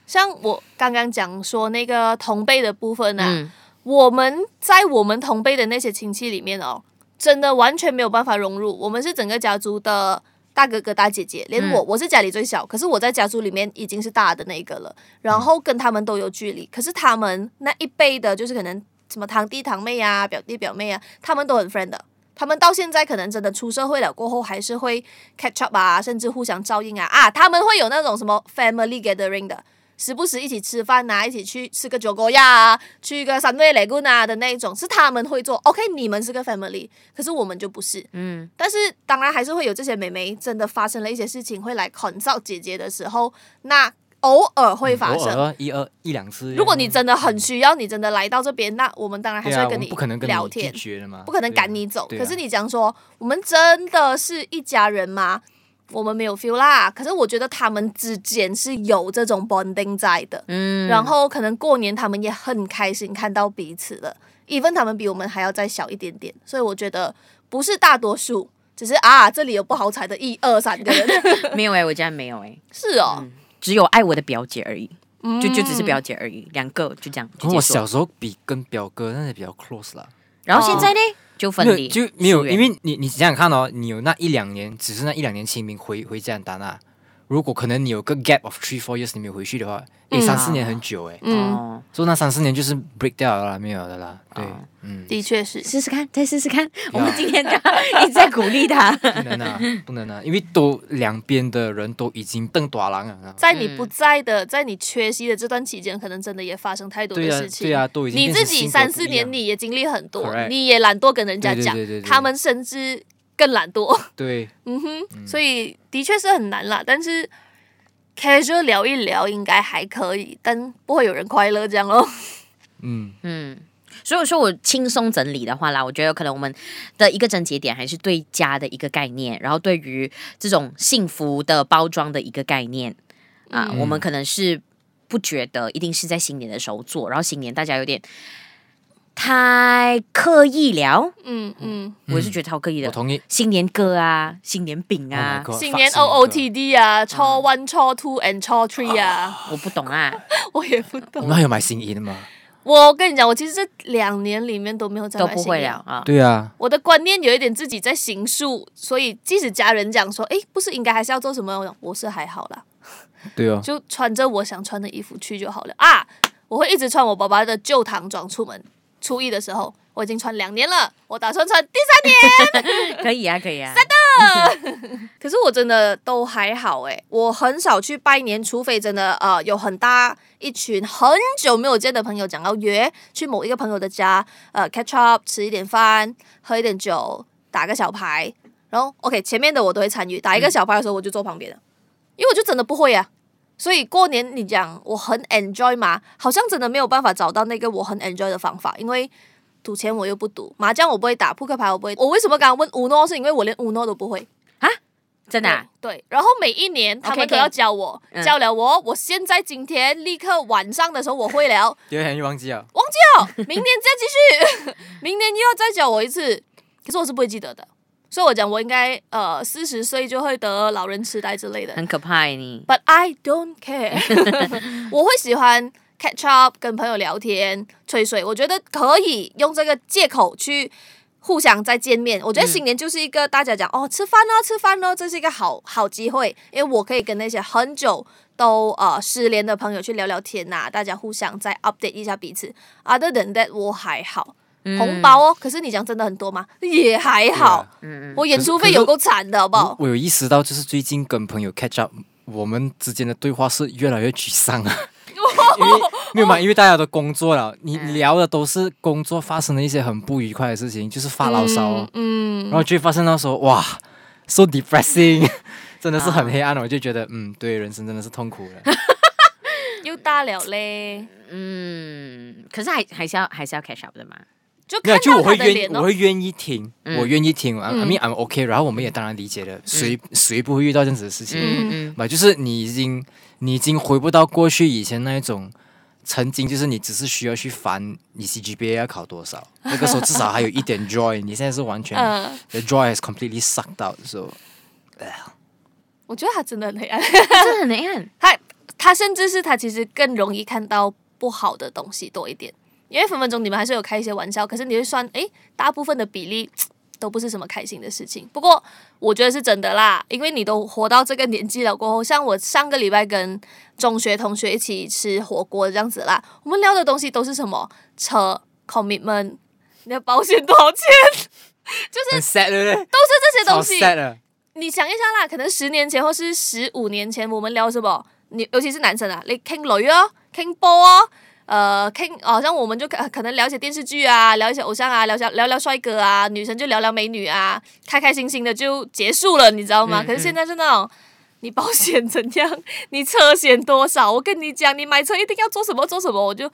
B: 像我剛剛講說那個同輩的部分啊，
A: 嗯，
B: 我们在我们同辈的那些亲戚里面哦，真的完全没有办法融入。我们是整个家族的大哥哥、大姐姐，连我、我是家里最小，可是我在家族里面已经是大的那一个了。然后跟他们都有距离，可是他们那一辈的，就是可能什么堂弟堂妹啊、表弟表妹啊，他们都很 friend 的。他们到现在可能真的出社会了，过后还是会 catch up 啊，甚至互相照应啊啊，他们会有那种什么 family gathering 的，时不时一起吃饭啊，一起去吃个酒锅呀啊，去个三味雷棍啊的那一种，是他们会做。OK，你们是个 family，可是我们就不是。
A: 嗯，
B: 但是当然还是会有这些妹妹真的发生了一些事情，会来 consult 姐姐的时候，那偶尔会发
C: 嗯偶
B: 生。
C: 尔一二一两次。
B: 如果你真的很需要，你真的来到这边，那我们当然还
C: 对
B: 是会
C: 啊，
B: 跟
C: 我
B: 你
C: 们不可能跟
B: 聊
C: 你拒
B: 天，
C: 绝的嘛，
B: 不可能
C: 对啊
B: 赶你走。
C: 对啊
B: 可是你讲说，我们真的是一家人吗？我们没有 feel 啦。可是我觉得他们之间是有这种 bonding 在的，
A: 嗯
B: 然后可能过年他们也很开心看到彼此了。even 他们比我们还要再小一点点，所以我觉得不是大多数，只是啊，这里有不好彩的一二三个 人，
A: 没有哎、我家没有哎、
B: 是哦，
A: 只有爱我的表姐而已，
B: 嗯
A: 就就只是表姐而已，两个就这样。就
C: 可能
A: 结
C: 我
A: 束
C: 小时候比跟表哥那些比较 close 啦，
A: 然后现在呢，就
C: 没
A: 分
C: 有
A: 离，
C: 就没有，
A: 疏
C: 因
A: 远
C: 为你你想想看哦，你有那一两年，只是那一两年清明回回加拿大那，如果可能你有个 gap of three four years 你没有回去的话，诶，
B: 嗯
C: 三四年很久诶，
B: 嗯，
A: 哦，
C: 所以那三四年就是 break 掉了啦，没有的啦，对
A: 哦，
C: 嗯，
B: 的确是，
A: 试试看，再试试看。我
C: 啊
A: 们今天就 一直在鼓励他。
C: 不能啊， 不能啊，因为都两边的人都已经瞪大狼了啊，
B: 在你不在的，在你缺席的这段期间，可能真的也发生太多的
C: 对啊
B: 事，情。
C: 对啊，都已经
B: 你
C: 变
B: 自
C: 成
B: 己
C: 性格
B: 三
C: 不
B: 四
C: 一
B: 年
C: 样
B: 你也经历很多，
C: Correct
B: 你也懒惰跟人家讲，
C: 对对对对对
B: 他们甚至更懒惰。
C: 对
B: 嗯哼，所以的确是很难啦。但是 casual 聊一聊应该还可以，但不会有人快乐这样咯。
C: 嗯，
A: 嗯，所以说我轻松整理的话啦，我觉得可能我们的一个整节点还是对家的一个概念，然后对于这种幸福的包装的一个概念啊，
B: 嗯
A: 我们可能是不觉得一定是在新年的时候做，然后新年大家有点太刻意了，
B: 嗯嗯，
A: 我是觉得超刻意的。
C: 我同意。
A: 新年歌啊，新年饼啊
C: Oh my God
B: 新年
C: 发生
B: O
C: 一个
B: O T D 啊，初 one、初 two and 初 three 啊，
A: 我不懂啊，
B: 我也不
C: 我
B: 懂
C: 们。还有买新衣的吗？
B: 我跟你讲，我其实这两年里面都没有在
A: 都
B: 买
A: 不
B: 新
A: 会
B: 年
A: 了啊。
C: 对啊，
B: 我的观念有一点自己在行述，所以即使家人讲说，诶，不是应该还是要做什么，我讲我是还好啦，
C: 对哦，
B: 就穿着我想穿的衣服去就好了啊。我会一直穿我爸爸的旧唐装出门。初一的时候，我已经穿两年了，我打算穿第三年。
A: 可以啊，可以啊。
B: 可是我真的都还好诶，我很少去拜年，除非真的呃有很大一群很久没有见的朋友讲要约去某一个朋友的家，呃 catch up 吃一点饭，喝一点酒，打个小牌，然后 OK 前面的我都会参与，打一个小牌的时候我就坐旁边了，因为我就真的不会啊。所以过年你讲我很 enjoy 嘛，好像真的没有办法找到那个我很 enjoy 的方法，因为赌钱我又不赌，麻将我不会打，扑克牌我不会，我为什么刚刚问 uno 是因为我连 uno 都不会。
A: 真的、啊，
B: 对，对然后每一年他
A: OK，
B: 们都
A: OK
B: 要教我
A: 嗯
B: 教了我，我现在今天立刻晚上的时候我会 了，
C: 第二天就忘记啊了。
B: 忘记了，明年再继续， 明年又要再教我一次。可是我是不会记得的，所以我讲我应该呃四十岁就会得老人痴呆之类的。
A: 很可怕、欸、你。
B: But I don't care，我会喜欢 catch up，跟朋友聊天、吹水，我觉得可以用这个借口去互相再见面。我觉得新年就是一个大家讲、哦，吃饭哦，吃饭哦，这是一个好好机会，因为我可以跟那些很久都呃失联的朋友去聊聊天呐、大家互相再 update 一下彼此。Other than that，我还好。红包哦，可是你讲真的很多吗？也还好，
A: 嗯，嗯
B: 我演出
C: 可
B: 费
C: 是
B: 有够惨的，好不
C: 我
B: 好？
C: 我有意识到，就是最近跟朋友 catch up，我们之间的对话是越来越沮 丧啊。因为没有嘛，因为大家都工作了，你
A: 嗯
C: 聊的都是工作发生的一些很不愉快的事情，就是发牢骚哦、
B: 嗯，嗯
C: 然后就会发现到说，哇，so depressing，真 的是
B: 啊
C: 很黑暗了。我就觉得，嗯，对，人生真的是痛苦 了。
B: 又大了嘞。
A: 嗯，可是还还是要还是要 catch up 的嘛。
B: 就
C: 没有，
B: 看
C: 就
B: 到
C: 我
B: 他
C: 会
B: 的
C: 愿
B: 脸
C: 我
B: 哦。
C: 会愿意听，
A: 嗯
C: 我愿意听，I
B: 嗯
C: mean I'm OK。然后我们也当然理解了，谁谁不会遇到这样子的事情？
A: 嗯嗯
C: 嘛，就是你已经你已经回不到过去以前那一种。曾经就是你只是需要去烦你 CGPA 要考多少，那个时候至少还有一点 joy，你现在是完全、
B: 嗯，
C: the joy has completely sucked out，so
B: 我觉得他真的很黑暗，
A: 嗯，这很暗。
B: 他他甚至是他其实更容易看到不好的东西多一点，因为分分钟你们还是有开一些玩笑，可是你会算，诶，大部分的比例都不是什么开心的事情。不过我觉得是真的啦，因为你都活到这个年纪了，过后像我上个礼拜跟中学同学一起吃火锅这样子啦，我们聊的东西都是什么车 commitment，你的保险多少钱，
C: 很 sad 对不对？
B: 都是这些
C: 好
B: 东西。
C: sad 啊！
B: 你想一下啦，可能十年前或是十五年前，我们聊什么？你尤其是男生啊，你倾女哦，倾波哦，呃，倾好像我们就可可能聊一些电视剧啊，聊一些偶像啊，聊聊聊聊帅哥啊，女生就聊聊美女啊，开开心心的就结束了，你知道吗？
A: 嗯
B: 可是现在是那种。你保险怎样？ 你车险多少？我跟你讲，你买车一定要做什么做什么，我就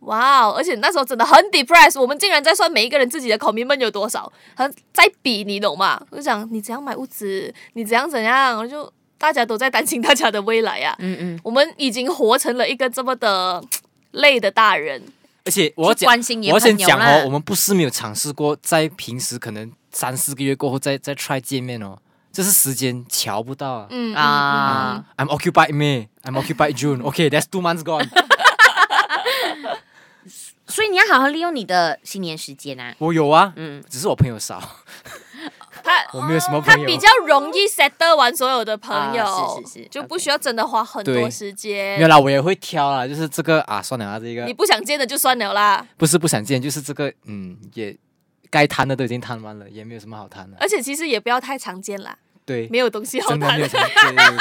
B: 哇哦！而且那时候真的很 depressed，我们竟然在算每一个人自己的 commitment 有多少，很在比，你懂吗？我就想你怎样买屋子，你怎样怎样，我就大家都在担心大家的未来呀、啊。
A: 嗯嗯，
B: 我们已经活成了一个这么的累的大人，
C: 而且我要
A: 去
C: 讲，
A: 关心你
C: 我要
A: 的
C: 先
A: 朋友
C: 讲
A: 啦
C: 哦，我。们不是没有尝试过，在平时可能三四个月过后再再 try 见面哦，这是时间瞧不到啊。
B: 嗯
A: 啊
B: 嗯嗯嗯
C: I'm occupied May, I'm occupied June. Okay, that's two months gone.
A: 所以你要好好利用你的新年时间啊。
C: 我有啊，
A: 嗯，
C: 只是我朋友少，
B: 他
C: 我没有什么
B: 他
C: 朋友。啊
B: 比较容易 settle 完所有的朋友，
A: 啊是是是
B: 就不需要真的花很多
C: 对
B: 时
C: 没有
B: 间。
C: 啦，我也会挑啦，就是这个啊，算了啊，这
B: 你
C: 个
B: 不想见的就算了啦。
C: 不是不想见，就是这个嗯，也该谈的都已经谈完了，也没有什么好谈的。
B: 而且其实也不要太常见啦，
C: 对，
B: 呃没有东西好
C: 真的
B: 谈
C: 没有。什么。对对对真的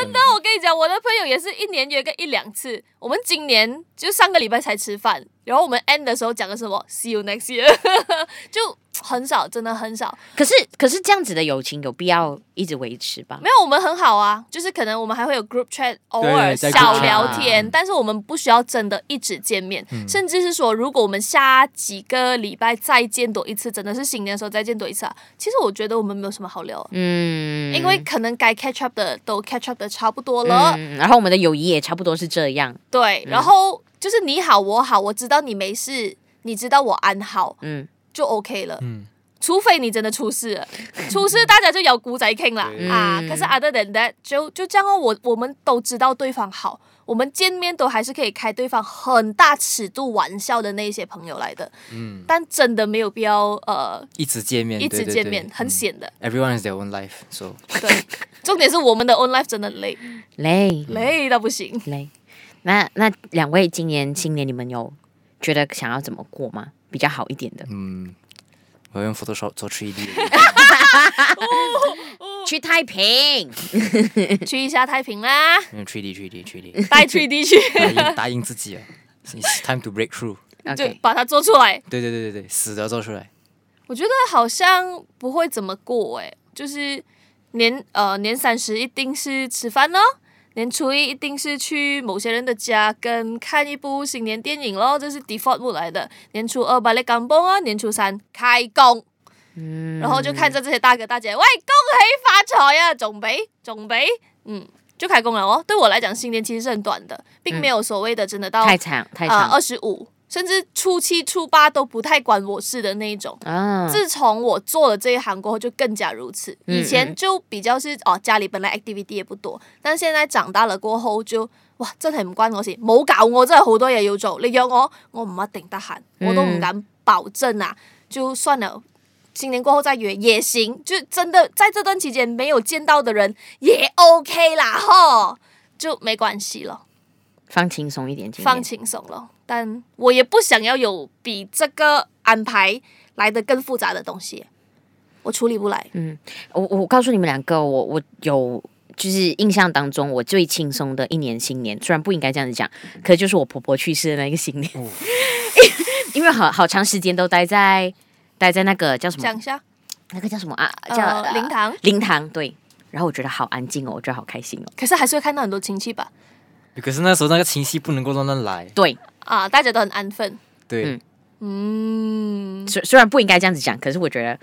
A: 真
B: 那我跟你讲，我的朋友也是一年约个一两次。我们今年就上个礼拜才吃饭，然后我们 end 的时候讲的什么 “see you next year”，就很少，真的很少。
A: 可是可是这样子的友情有必要一直维持吧？
B: 没有，我们很好啊，就是可能我们还会有 group chat，偶尔
C: 在 group
B: 小
A: chat
B: 聊
A: 啊
B: 天，但是我们不需要真的一直见面，甚至是说，如果我们下几个礼拜再见多一次，真的是新年的时候再见多一次啊。其实我觉得我们没有什么好聊啊，
A: 嗯，
B: 因为可能该 catch up 的都 catch up 的差不多了。
A: 嗯，然后我们的友谊也差不多是这样。
B: 对，
C: 嗯
B: 然后就是你好我好，我知道你没事，你知道我安好
A: 嗯，
B: 就 OK 了。
C: 嗯
B: 除非你真的出事了， 出事大家就有古仔听啦
C: 对
B: 啊！
A: 嗯
B: 可是 other than that，就就这样哦。我我们都知道对方好，我们见面都还是可以开对方很大尺度玩笑的那些朋友来的，
C: 嗯，
B: 但真的没有必要呃
C: 一直见面，
B: 一直
C: 对对
B: 见
C: 对
B: 面，很
C: 嗯
B: 显的。
C: Everyone is their own life, so
B: 对，重点是我们的 own life 真的累，
A: 累
B: 累到不
C: 嗯
B: 行。
A: 累。那那两位今年新年你们有觉得想要怎么过吗？比较好一点的，
C: 嗯，我要用 Photoshop 做 3D，
A: 去太平。
B: 去一下太平 啦，
C: 用 3D 3D 3D，
B: 带 3D 去，
C: 答应答应自己啊，It's time to break through。
B: 就
A: OK，
B: 把它做出来。
C: 对对对对对，死都要做出来。
B: 我觉得好像不会怎么过诶、就是年呃年三十一定是吃饭咯，年初一一定是去某些人的家跟看一部新年电影咯，这是 default 木来的。年初二把 a l 干崩啊，年初三开工，
A: 嗯
B: 然后就看着这些大哥大姐，喂，恭喜发财啊呀，总比总比，嗯，就开工了哦。对我来讲，新年其实是很短的，并没有所谓的真的到
A: 嗯太长太
B: 呃
A: 长
B: 二十五，甚至初七、初八都不太管我事的那一种。
A: 啊，
B: 自从我做了这一行过后，就更加如此。
A: 嗯
B: 以前就比较是哦，家里本来 activity 也不多，但现在長大了過後就哇，真係唔關我事，冇搞我真係好多嘢要做。你約我，我唔一定得閒，我都唔敢保證啊。就算了，新年過後再約也行。就真的在這段期間沒有見到的人也 OK 啦，吼，就沒關係咯。
A: 放轻松一点，今年
B: 放轻松了，但我也不想要有比这个安排来的更复杂的东西，我处理不来。
A: 我我告诉你们两个，我我有就是印象当中我最轻松的一年新年，虽然不应该这样子讲，可就是我婆婆去世的那个新
B: 哦
A: 年， 因为好好长时间都待在待在那个叫什么
B: 讲一下，
A: 那个叫什么啊叫、
B: 呃，灵堂，
A: 灵堂对。然后我觉得好安静哦，我觉得好开心哦。
B: 可是还是会看到很多亲戚吧？
C: 可是那时候那个情绪不能够乱乱来，
A: 对，
B: 啊，大家都很安分。
C: 对，
A: 嗯
B: 嗯，
A: 虽虽然不应该这样子讲，可是我觉得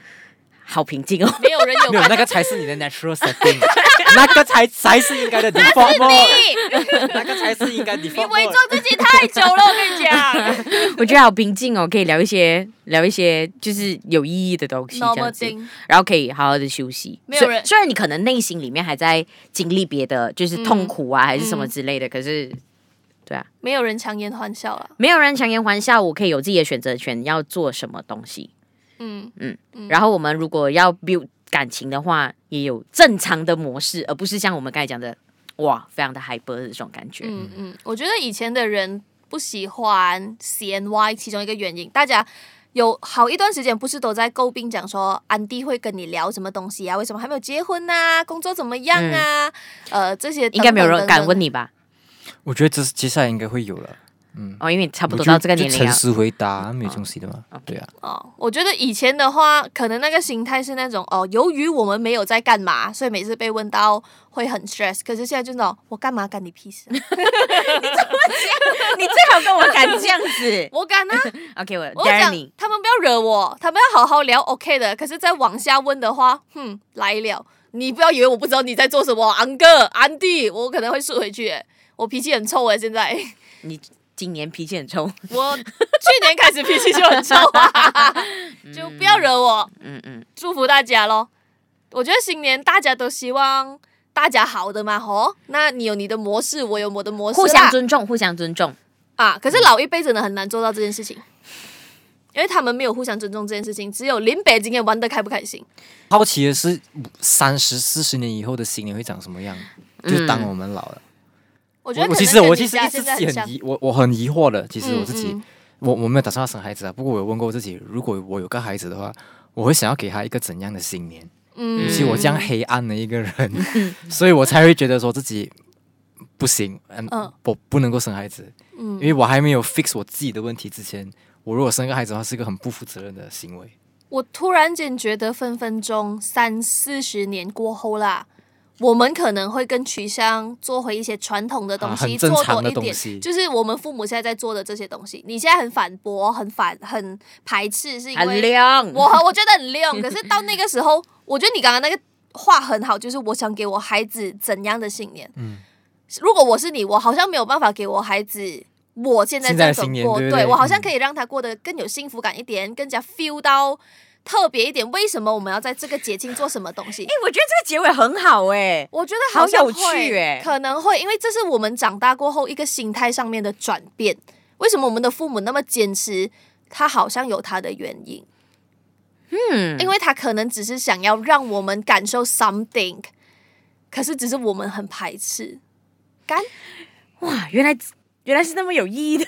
A: 好平静哦。
B: 没有人有
C: 没有那个才是你的 natural setting，那个才才是应该 的 default mode，
B: 你，
C: 那个才是应该
B: 你
C: default
B: 伪
C: mode
B: 装。自己太久了，我跟你 讲。
A: 我觉得好平静哦，可以聊一些聊一些就是有意义的东西，这
B: Normal
A: 样子。
B: thing，
A: 然后可以好好的休息。
B: 没有人
A: 虽虽然你可能内心里面还在经历别的，就是痛
B: 嗯
A: 苦啊，还是什么之类的，可是
B: 没有人强颜欢笑啊了。
A: 没有人强颜欢笑，我可以有自己的选择权，要做什么东西。
B: 嗯，
A: 然后我们如果要 build 感情的话，也有正常的模式，而不是像我们刚才讲的，哇，非常的 hyper 的这种感觉。
B: 嗯嗯，我觉得以前的人不喜欢 CNY 其中一个原因，大家。有好一段时间不是都在诟病讲说安迪会跟你聊什么东西啊？为什么还没有结婚啊？工作怎么样啊？呃，这些
A: 应该没有人敢问
B: 你。
A: 你吧？
C: 我觉得这接下来应该会有了，
A: 哦，因为你差不
C: 我
A: 多
C: 就
A: 到这个
C: 就
A: 年龄
C: 诚
A: 了。
C: 实回答，没有东西的嘛，对啊，
B: 啊哦，我觉得以前的话，可能那个心态是那种哦，由于我们没有在干嘛，所以每次被问到会很 stress。可是现在就那种，我干嘛干你屁 事啊？。
A: 你最好跟我敢这样子
B: 我敢啊！
A: OK，我
B: 我
A: dare
B: 讲
A: 你。
B: 他们不要惹我，他们要好好聊 OK 的。可是再往下问的话，哼，来了，你不要以为我不知道你在做什么，安哥、安弟，我可能会输回去耶。我脾气很臭哎，现在
A: 你今年脾气很臭。
B: 我去年开始脾气就很臭 啊，就不要惹我，
A: 嗯嗯，
B: 祝福大家咯。我觉得新年大家都希望大家好的嘛，吼。那你有你的模式，我有我的模式啦，
A: 互相尊重，互相尊重。
B: 啊，可是老一辈真的很难做到这件事情，因为他们没有互相尊重这件事情，只有林北今天玩的开不开心。
C: 好奇的是三十四十年以后的新年会长什么样，就是当我们老了。
B: 嗯我觉
C: 我
B: 得
C: 我
B: 可
C: 其
B: 能
C: 实
B: 跟
C: 我
B: 你
C: 其实
B: 家
C: 一直
B: 啊现
C: 自
B: 在
C: 己
B: 很像
C: 很疑，我我很疑惑的。其实
B: 嗯
C: 我自己，
B: 嗯
C: 我我没有打算要生孩子啊。不过我有问过我自己，如果我有个孩子的话，我会想要给他一个怎样的新年？
B: 嗯
C: 尤其我这样黑暗的一个 人，所以我才会觉得说自己不行，嗯，
B: 嗯
C: 我不能够生孩子，因为我还没有 fix 我自己的问题之前，我如果生个孩子的话，是一个很不负责任的行为。
B: 我突然间觉得分分钟三四十年过后啦，我们可能会更趋向做回一些传统的东
C: 啊
B: 西，
C: 很正
B: 做多
C: 常的
B: 一点
C: 东西，
B: 就是我们父母现在在做的这些东西。你现在很反驳、很反、很排斥，是因
A: 很
B: 为
A: 亮。
B: 我我觉得很 亮，可是到那个时候，我觉得你刚刚那个话很好，就是我想给我孩子怎样的信念。
C: 嗯，
B: 如果我是你，我好像没有办法给我孩子我现在
C: 现在
B: 这
C: 的
B: 种
C: 新年
B: 过，
C: 对不对嗯
B: 我好像可以让他过得更有幸福感一点，更加 feel 到特别一点。为什么我们要在这个节庆做什么东西
A: 哎、？我觉得这个结尾很好哎、
B: 我觉得好像会
A: 好有趣欸耶
B: 可能会，因为这是我们长大过后一个心态上面的转变。为什么我们的父母那么坚持？他好像有他的原因，
A: 嗯，
B: 因为他可能只是想要让我们感受 something，可是只是我们很排斥。干，
A: 哇，原来原来是那么有意义的。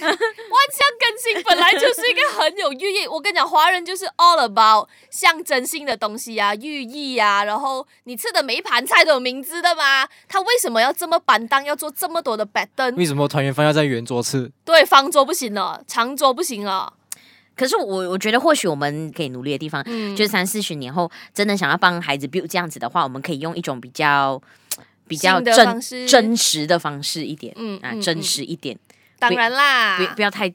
B: 万象更新本来就是一个很有寓意。我跟你讲，华人就是 all about 象征性的东西啊，寓意啊。然后你吃的每一盘菜都有名字的嘛。他为什么要这么板当，要做这么多的板凳？
C: 为什么团圆饭要在圆桌吃？
B: 对，方桌不行了，长桌不行了。
A: 可是我我觉得或许我们可以努力的地方，
B: 嗯
A: 就是三四十年后真的想要帮孩子 build 这样子的话，我们可以用一种比较比较
B: 新的
A: 真
B: 方式
A: 真实的方式一点，
B: 嗯
A: 啊，
B: 嗯
A: 真实一点，
B: 当然啦
A: 不，不要太。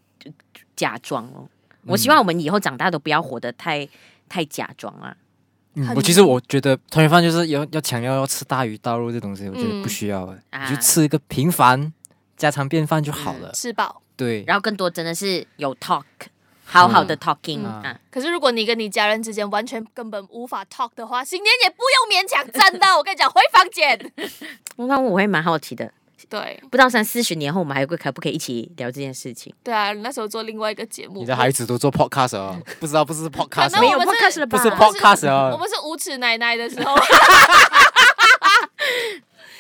A: 假装哦。我希望我们以后长大都不要活得太太假装啊。
C: 嗯
B: 很
C: 我其实我觉得团圆饭就是要要强调要吃大鱼大肉这东西，我觉得
B: 嗯
C: 不需要了，
A: 啊
C: 你就吃一个平凡家常便饭就好了。
B: 吃饱。
C: 对，
A: 然后更多真的是有 talk，好好的 talking、
C: 嗯
A: 啊。
B: 可是如果你跟你家人之间完全根本无法 talk 的话，新年也不用勉强，真 的，我跟你讲，回房间。
A: 那我会蛮好奇的，
B: 对
A: 不知道三四十年后我们还会可不可以一起聊这件事情？
B: 对啊，那时候做另外一个节目，
C: 你的孩子都做 podcast 哦，不知道不是 podcast，
B: 可
C: 哦
B: 能
A: 没
B: 我
A: 有
B: 们是
A: podcast 了
C: 不
A: 吧？
C: 是
B: 我们是
C: podcast
B: 我
C: 哦，
B: 们是无耻奶奶的时候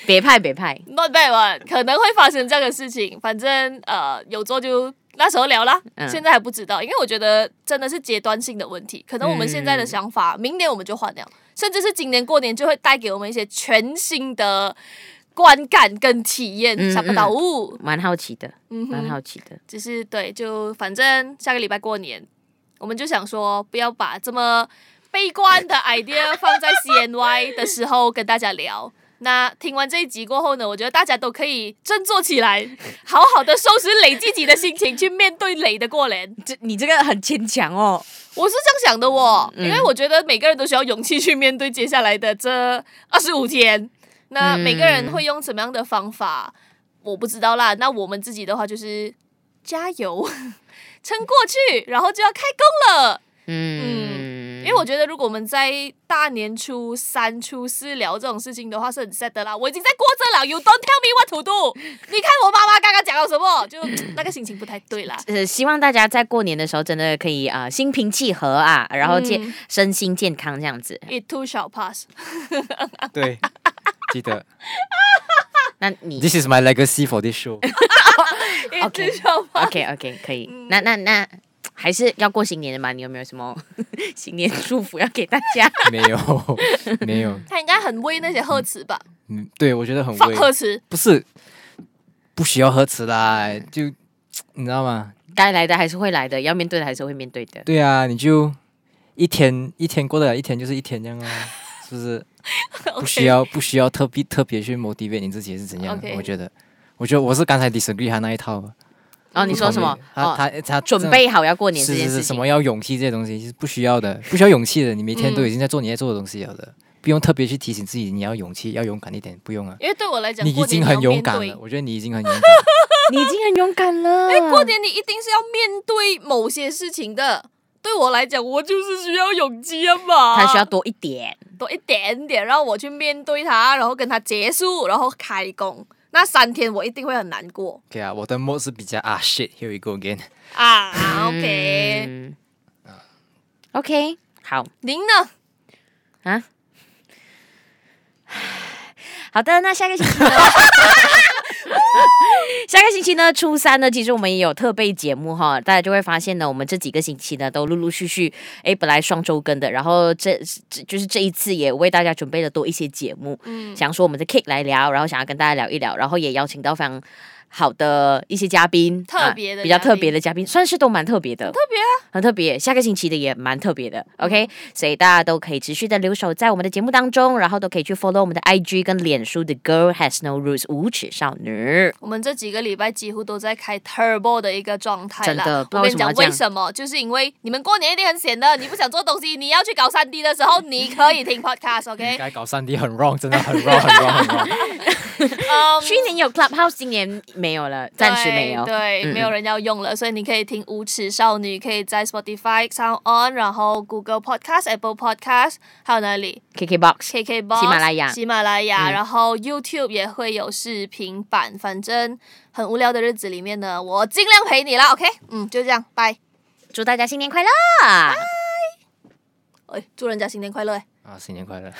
A: 别派别派，
B: ，not bad one，可能会发生这样的事情。反正呃，有做就那时候聊啦，
A: 嗯
B: 现在还不知道，因为我觉得真的是阶段性的问题。可能我们
C: 嗯
B: 现在的想法，明年我们就换掉，甚至是今年过年就会带给我们一些全新的观感跟体验
A: 嗯。
B: 想不到物，
A: 蛮好奇的，
B: 嗯
A: 蛮
B: 哼，
A: 好奇的。
B: 只是对，就反正下个礼拜过年，我们就想说，不要把这么悲观的 idea 放在 CNY 的时候跟大家聊。那听完这一集过后呢，我觉得大家都可以振作起来，好好的收拾累自己的心情，去面对累的过年。
A: 这你这个很牵强哦，
B: 我是这样想的哦，
A: 嗯
B: 因为我觉得每个人都需要勇气去面对接下来的这二十五天。那
A: 嗯
B: 每个人会用什么样的方法，我不知道啦。那我们自己的话就是加油， 撑过去，然后就要开工了。
A: 嗯，
B: 因为我觉得，如果我们在大年初三、初四聊这种事情的话，是很 sad 的啦。我已经在过这了，You don't tell me what to do。你看我妈妈刚刚讲到什么，就那个心情不太对 啦。
A: 呃，希望大家在过年的时候真的可以啊、呃心平气和啊，然后健、
B: 嗯
A: 身心健康这样子。
B: It too shall pass。
C: 对，记得
A: 那你
C: This is my legacy for this show。
B: It too
A: Okay
B: shall pass。
A: OK OK 可以，那那那还是要过新年的嘛？你有没有什么 新年祝福要给大 家？
C: 没有，没有，
B: 他应该很为那些贺词吧，
C: 嗯，对我觉得很
B: 放
C: 危，
B: 贺 词。
C: 不是不需要核磁啦，就你知道吗？
A: 该来的还是会来的，要面对的还是会面对的。
C: 对啊，你就一天一天过得了一天就是一天这样哦，是不是？不需要不需要特别特别去 motivate 你自己是怎样
B: OK
C: 我觉得，我觉得我是刚才 disagree 他那一套。啊
A: 然后你说什么？
C: 他
A: 哦，
C: 他他
A: 准备好要过年这
C: 是
A: 件
C: 是
A: 事
C: 是什
A: 情。
C: 么要勇气这些东西是不需要的，不需要勇气的，你每天
A: 嗯
C: 都已经在做你在做的东西了的，不用特别去提醒自己你要勇气要勇敢一点，不用啊。
B: 因为对我来讲，
C: 你已
B: 过
C: 经
B: 年
C: 很
B: 要
C: 勇
B: 面
C: 敢
B: 对，
C: 了，我觉得你已经很勇 敢了。
A: 你已经很勇敢了。
B: 因为过年你一定是要面对某些事情的。对我来讲，我就是需要勇气啊嘛。
A: 他需要多一点。
B: 多一点点，让我去面对它，然后跟它结束，然后开工。那三天我一定会很难过
C: OK 啊，我的 mode 是比较啊 shit，here we go again。
B: 啊。OK，、
A: 嗯 OK，好。
B: 您呢？
A: 啊？好的，那下个星期呢？下个星期呢，初三呢，其实我们也有特备节目哈，大家就会发现呢，我们这几个星期呢都陆陆续续，诶，本来双周更的，然后这这就是这一次也为大家准备了多一些节目，
B: 嗯
A: 想说我们的 Kick 来聊，然后想要跟大家聊一聊，然后也邀请到非常好的一些嘉宾，
B: 特别的
A: 啊、比较
B: 嘉宾
A: 特别的嘉宾，算是都蛮特别的，
B: 特别啊，嗯
A: 很特别，下个星期的也蛮特别的，OK，所以大家都可以持续的留守在我们的节目当中，然后都可以去 follow 我们的 IG 跟脸书的 Girl Has No Rules 无耻少女，
B: 我们这几个礼拜几乎都在开 turbo 的一个状态
A: 真
B: 啦。
A: 的不知道
B: 我跟你讲
A: 为什么要这样
B: 为什么，就是因为你们过年一定很闲的，你不想做东西，你要去搞三 D 的时候，你可以听 podcast，OK？、
C: 该搞三 D 很 wrong，真的很 wrong，很 wrong，很 wrong。
B: 嗯
A: 去年有 Clubhouse，今年没有了， 暂时没有。
B: 对，对
A: 嗯
B: 没有人要用了，所以你可以听《无耻少女》，可以在 Spotify、Sound On，然后 Google Podcast、Apple Podcast，还有哪里
A: KKBox，
B: KK Box、
A: 喜马拉雅
B: 喜马拉雅，
A: 嗯
B: 然后 YouTube 也会有视频版。反正很无聊的日子里面呢，我尽量陪你啦，OK？嗯，就这样，拜。
A: 祝大家新年快乐！
B: 哎，祝人家新年快乐！哎
C: 啊，新年快乐！